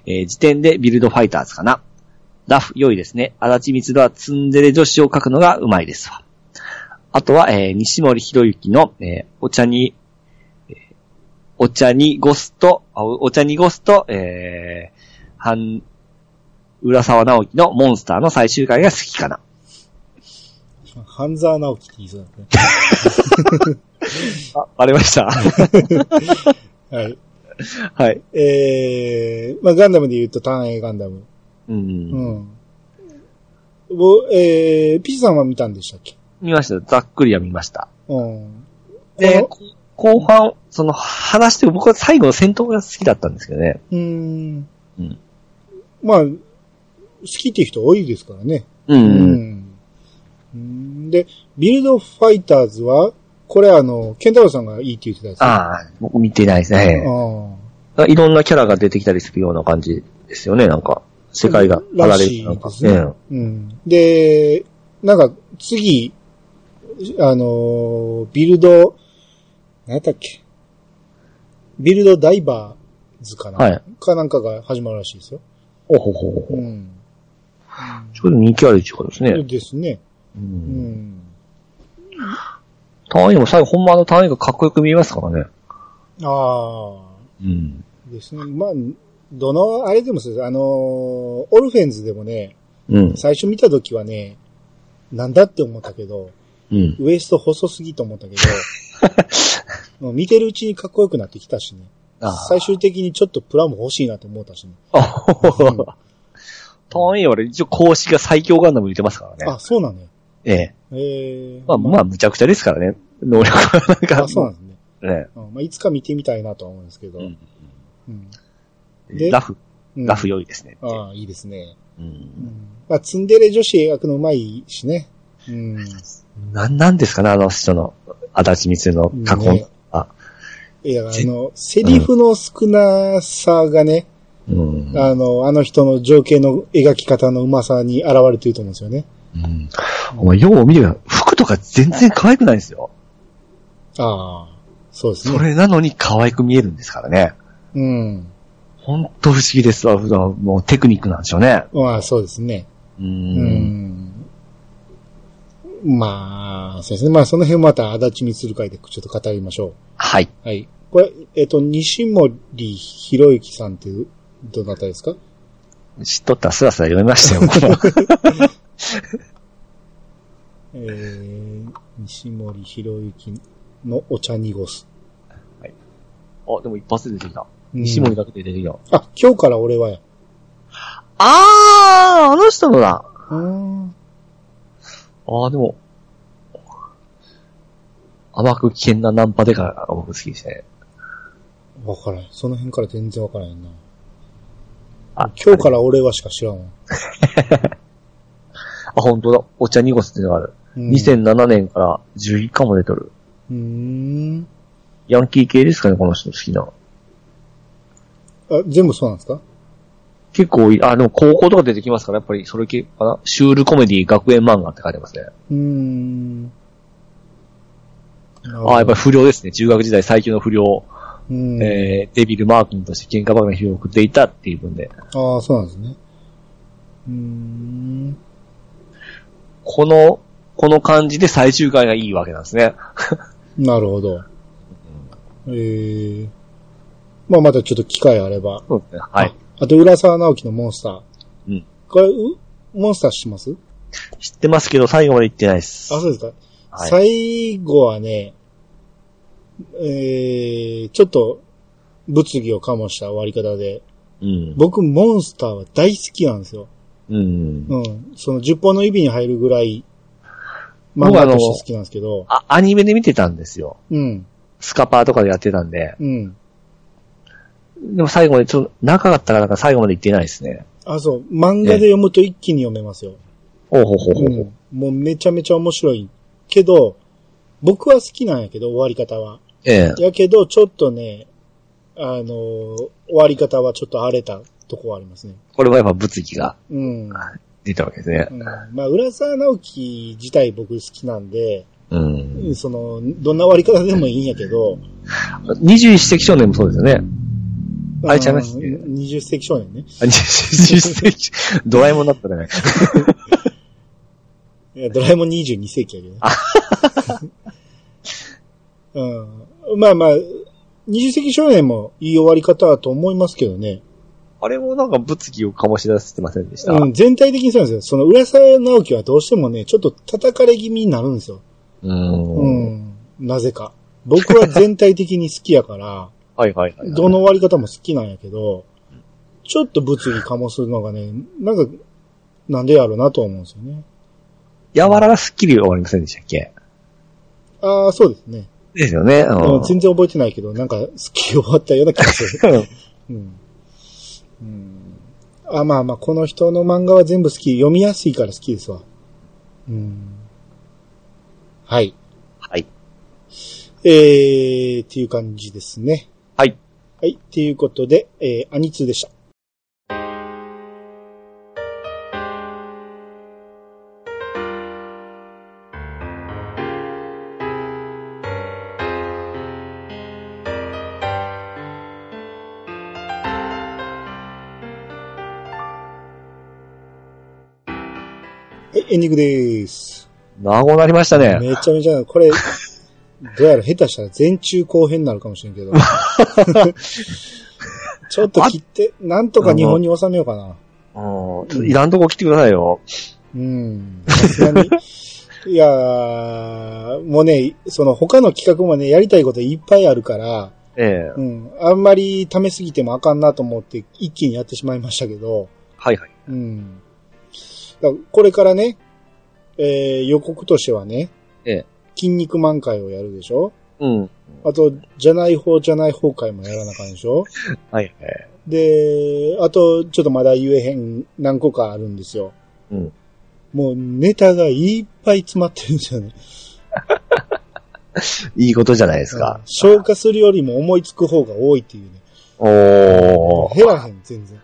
B: えー、時点でビルドファイターズかな。ラフ、良いですね。足立光はツンデレ女子を描くのがうまいですわ。あとは、えー、西森博之の、えー、お茶に、えーお茶にゴスと、あおお茶にゴスと、えー、はん、浦沢直樹のモンスターの最終回が好きかな。
A: 半沢直樹って言いそうだね。
B: あ、バレま した。
A: はい。
B: はい。
A: えー、まあガンダムで言うとターン A ガンダム。
B: うん。
A: うん。ぼえー、ピチさんは見たんでしたっけ
B: 見ました。ざっくりは見ました。
A: うん。
B: で、
A: こ
B: こ後半、その話して僕は最後の戦闘が好きだったんですけどね。
A: のうーん
B: うん。
A: まあ、好きっていう人多いですからね。
B: う。
A: うんうんで、ビルドファイターズは、これあの、ケンタロウさんがいいって言ってたやつ。
B: ああ、僕見てないですね。
A: あ
B: いろんなキャラが出てきたりするような感じですよね、なんか。世界が
A: らしい
B: なんか
A: ですね
B: うん
A: ー。うん。で、なんか、次、あのービルド、何やったっけビルドダイバーズかな、
B: はい
A: かなんかが始まるらしいですよ。
B: おほほほ
A: う
B: ほ。
A: ん。
B: ちょうど人気あるっていうことですね。
A: ですね。
B: う。
A: うんん。
B: 単位も最後、ほんまあの単位がかっこよく見えますからね。
A: ああ。
B: うん。
A: ですね。まあ、どの、あれでもそうです。あのーオルフェンズでもね、
B: うん。
A: 最初見た時はね、なんだって思ったけど、
B: うん。
A: ウエスト細すぎと思ったけ ど、もう見てるうちにかっこよくなってきたしね。
B: あ
A: 最終的にちょっとプラも欲しいなと思ったしね。
B: あ。ほほほ ほ単位は一応公式が最強ガンダム言ってますからね
A: あ、。そうなのよ。
B: ええ。
A: えー、
B: まあ、まあ、むちゃくちゃですからね。能力はなんか。
A: あそうなんですね。
B: ね。
A: うんまあ、いつか見てみたいなとは思うんですけど。
B: うん
A: うんで
B: ラフ、
A: うん
B: ラフ良いですね。
A: ああ、いいですね。
B: う
A: うんんまあ、ツンデレ女子描くのうまいしね。うん。
B: なんなんですかね、あの人の、足立光の過去
A: ね
B: の。あ
A: いや、あの、セリフの少なさがね、
B: うん
A: あの、あの人の情景の描き方のうまさに現れてると思うんですよね。
B: うんお前、よう見てよ。服とか全然可愛くないんですよ。
A: ああ、そうですね。
B: それなのに可愛く見えるんですからね。
A: うん。
B: ほんと不思議ですわ。普段もうテクニックなんでしょうね。
A: まあ、そうですね。
B: う。
A: うんん。まあ、そうですね。まあ、その辺また、足立みつる会でちょっと語りましょ
B: はい。
A: う。はい。これ、えっと、西森博之さんっていう、どなたですか
B: 知っとったらスラスラ読みましたよ。
A: えー、西森博之のお茶濁す。
B: あ、でも一発で出てきた。
A: うん
B: 西森だけで出てきた。
A: あ、今日から俺はや。
B: あー、あの人のだ。
A: うん。
B: ああ、でも、甘く危険なナンパデカが僕好きですね。
A: わからん。その辺から全然わからへんな。
B: あ、
A: 今日から俺はしか知らんわ。
B: あ、本当だ。お茶濁すっていうのがある。
A: うん。
B: 2007年から11巻も出とる。
A: うーん。
B: ヤンキー系ですかね、この人好きな。
A: あ、全部そうなんですか
B: 結構いい、あ、でも高校とか出てきますから、やっぱりそれ系かな。シュールコメディ学園漫画って書いてますね。
A: うーん。あ
B: ああ、やっぱり不良ですね。中学時代最強の不良。
A: り。うん。
B: えー、デビル・マー君として喧嘩ばかりの日を送っていたっていう分で。
A: ああ、そうなんですね。うーん。
B: この、この感じで最終回がいいわけなんですね。
A: なるほど。ええまあまたちょっと機会あれば。
B: そうですね。はい。
A: あと、浦沢直樹のモンスター。
B: うん。
A: これ、うモンスター知ってます
B: 知ってますけど、最後まで行ってないです。
A: あ、そうですか。
B: は
A: 最
B: い。
A: 後はね、えー、ちょっと、物議を醸した終わり方で、
B: うん。
A: 僕、モンスターは大好きなんですよ。
B: うん。
A: うん。その、10本の指に入るぐらい、漫画として好きなんですけど、
B: あ、アニメで見てたんですよ。
A: うん。
B: スカパーとかでやってたんで。
A: うん。
B: でも最後まで、ちょっと、長かったからなんか最後まで行ってないですね。
A: あ、そう。漫画で読むと一気に読めますよ。
B: おうほうほうほ
A: う
B: う。
A: ん。もうめちゃめちゃ面白い。けど、僕は好きなんやけど、終わり方は。
B: ええ。
A: やけど、ちょっとね、あのー終わり方はちょっと荒れたとこはありますね。
B: これはやっぱ物議が
A: うん。
B: 出たわけですね
A: う。ん、まあ、浦沢直樹自体僕好きなんで、
B: うん。
A: その、どんな終わり方でもいいんやけど、
B: 二十一世紀少年もそうですよね。あれちゃいますね
A: うん20世紀少年ね。
B: あ二 十一世紀、ドラえもんだったね。
A: いやドラえもん22世紀やけどね。うん。まあまあ、 20世紀少年もいい終わり方だと思いますけどね。
B: あれもなんか物議を醸し出してませんでした。
A: うん、全体的にそうなんですよ。その浦沢直樹はどうしてもね、ちょっと叩かれ気味になるんですよ。う
B: うん
A: ん、なぜか。僕は全体的に好きやから、
B: はいはいはいはい。
A: どの終わり方も好きなんやけど、ちょっと物理醸すのがね、なんか、なんでやろうなと思うんですよね。
B: 柔らがスッキリ終わりませんでしたっけ
A: ああ、そうですね。
B: ですよね。
A: でも
B: うん
A: 全然覚えてないけど、なんか、好き終わったような気が する。うん。うん。あ、まあまあ、この人の漫画は全部好き。読みやすいから好きですわ。うん。はい。
B: はい。
A: えー、っていう感じですね。
B: はい。
A: はい。っていうことで、えー、アニツーでした。はい、エンディングです。
B: 長くなりましたね。
A: めちゃめちゃ、これ、どうやら下手したら前中後編になるかもしれんけ ど。ちょっと切って、なんとか日本に収めようかな。
B: うん。いらんとこ来てくださいよ。
A: うん。さすがに。いやー、もうね、その他の企画もね、やりたいこといっぱいあるから、
B: ええ。
A: うん。あんまり溜めすぎてもあかんなと思って一気にやってしまいましたけど、
B: はいはい。
A: うん。だからこれからね、えー、予告としてはね、
B: ええ
A: 筋肉満開をやるでしょ
B: うん。
A: あと、じゃない方じゃない方会もやらなあかんでしょ
B: はいはい。
A: で、あと、ちょっとまだ言えへん何個かあるんですよ。
B: うん。
A: もうネタがいっぱい詰まってるんですよね。
B: いいことじゃないですか。
A: 消化するよりも思いつく方が多いっていうね。
B: おー。
A: 減らへん、全然。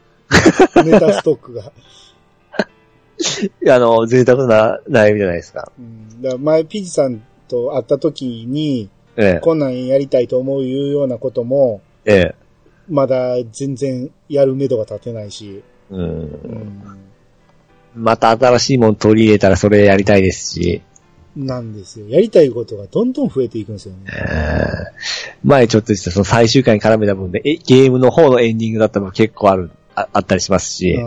A: ネタストックが。
B: あの、贅沢な悩みじゃないですか。
A: うん、だから前、ピジさんと会った時に、
B: ええ。
A: こんなんやりたいと思ういうようなことも、
B: ええ。
A: まだ全然やる目処が立てないし。
B: う。
A: うんん
B: また新しいもん取り入れたらそれやりたいですし。
A: なんですよ。やりたいことがどんどん増えていくんですよね。
B: 前ちょっとしたその最終回に絡めた部分で、えゲームの方のエンディングだったのも結構ある、ああったりしますし。
A: あ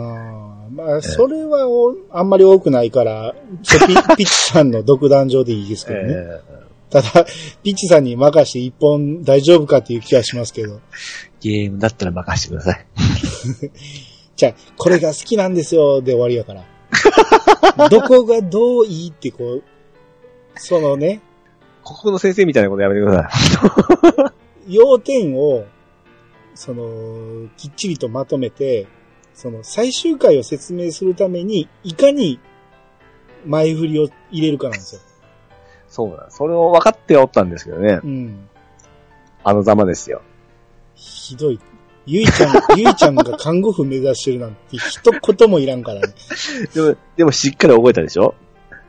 A: ーまあ、それはおあんまり多くないから、 そうピピッチさんの独壇場でいいですけどね。
B: ええ
A: ただ、ピッチさんに任して一本大丈夫かっていう気がしますけど。
B: ゲームだったら任せてください。
A: じゃあ、これが好きなんですよ、で終わりや から。どこがどういいってこう、そのね、
B: 国語の先生みたいなことやめてください。
A: 要点を、その、きっちりとまとめて、その、最終回を説明するために、いかに前振りを入れるかなんですよ。
B: そうなんそれを分かってはおったんですけどね。
A: うん。
B: あのざまですよ。
A: ひどい。ゆいちゃん、 ゆいちゃんが看護婦目指してるなんて一言もいらんからね。
B: でも、でもしっかり覚えたでしょ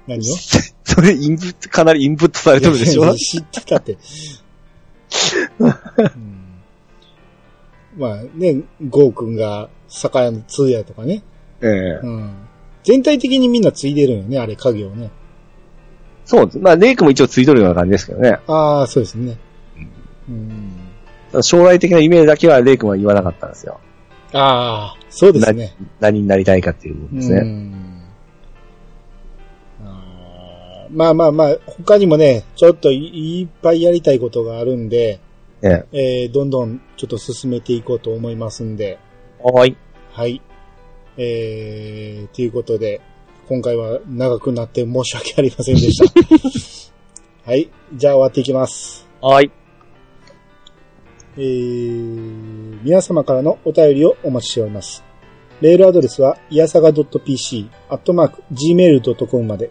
A: 何を
B: それインプット、かなりインプットされてるでし
A: い
B: ょ
A: や知ってた って。うんまあね、ゴーくんが酒屋の通夜とかね。
B: ええ
A: うん。全体的にみんなついでるよね、あれ、影をね。
B: そうです。まあ、ネイクも一応ついとるような感じですけどね。
A: ああ、そうですね。うん。
B: 将来的なイメージだけはレイ君は言わなかったんですよ。
A: ああ、そうですね。
B: 何になりたいかっていう部分です
A: う
B: ね。
A: ん。あーまあまあまあ、他にもね、ちょっといいっぱいやりたいことがあるんで、
B: え
A: えーどんどんちょっと進めていこうと思いますんで、
B: えはい。
A: はい。えー、ということで、今回は長くなって申し訳ありませんでした。 はい。じゃあ終わっていきます。
B: はい。
A: えー皆様からのお便りをお待ちしております。メールアドレスは、いやさが .pc、アットマーク、gmail.com まで。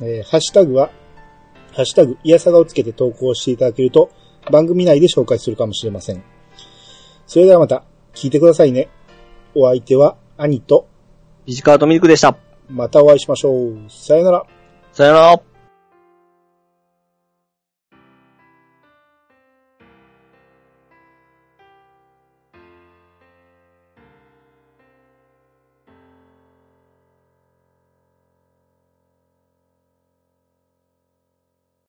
A: えーハッシュタグは、ハッシュタグ、いやさがをつけて投稿していただけると、番組内で紹介するかもしれません。それではまた、聞いてくださいね。お相手は、兄と、
B: 石川とミルクでした。
A: またお会いしましょう。さよなら。
B: さよなら。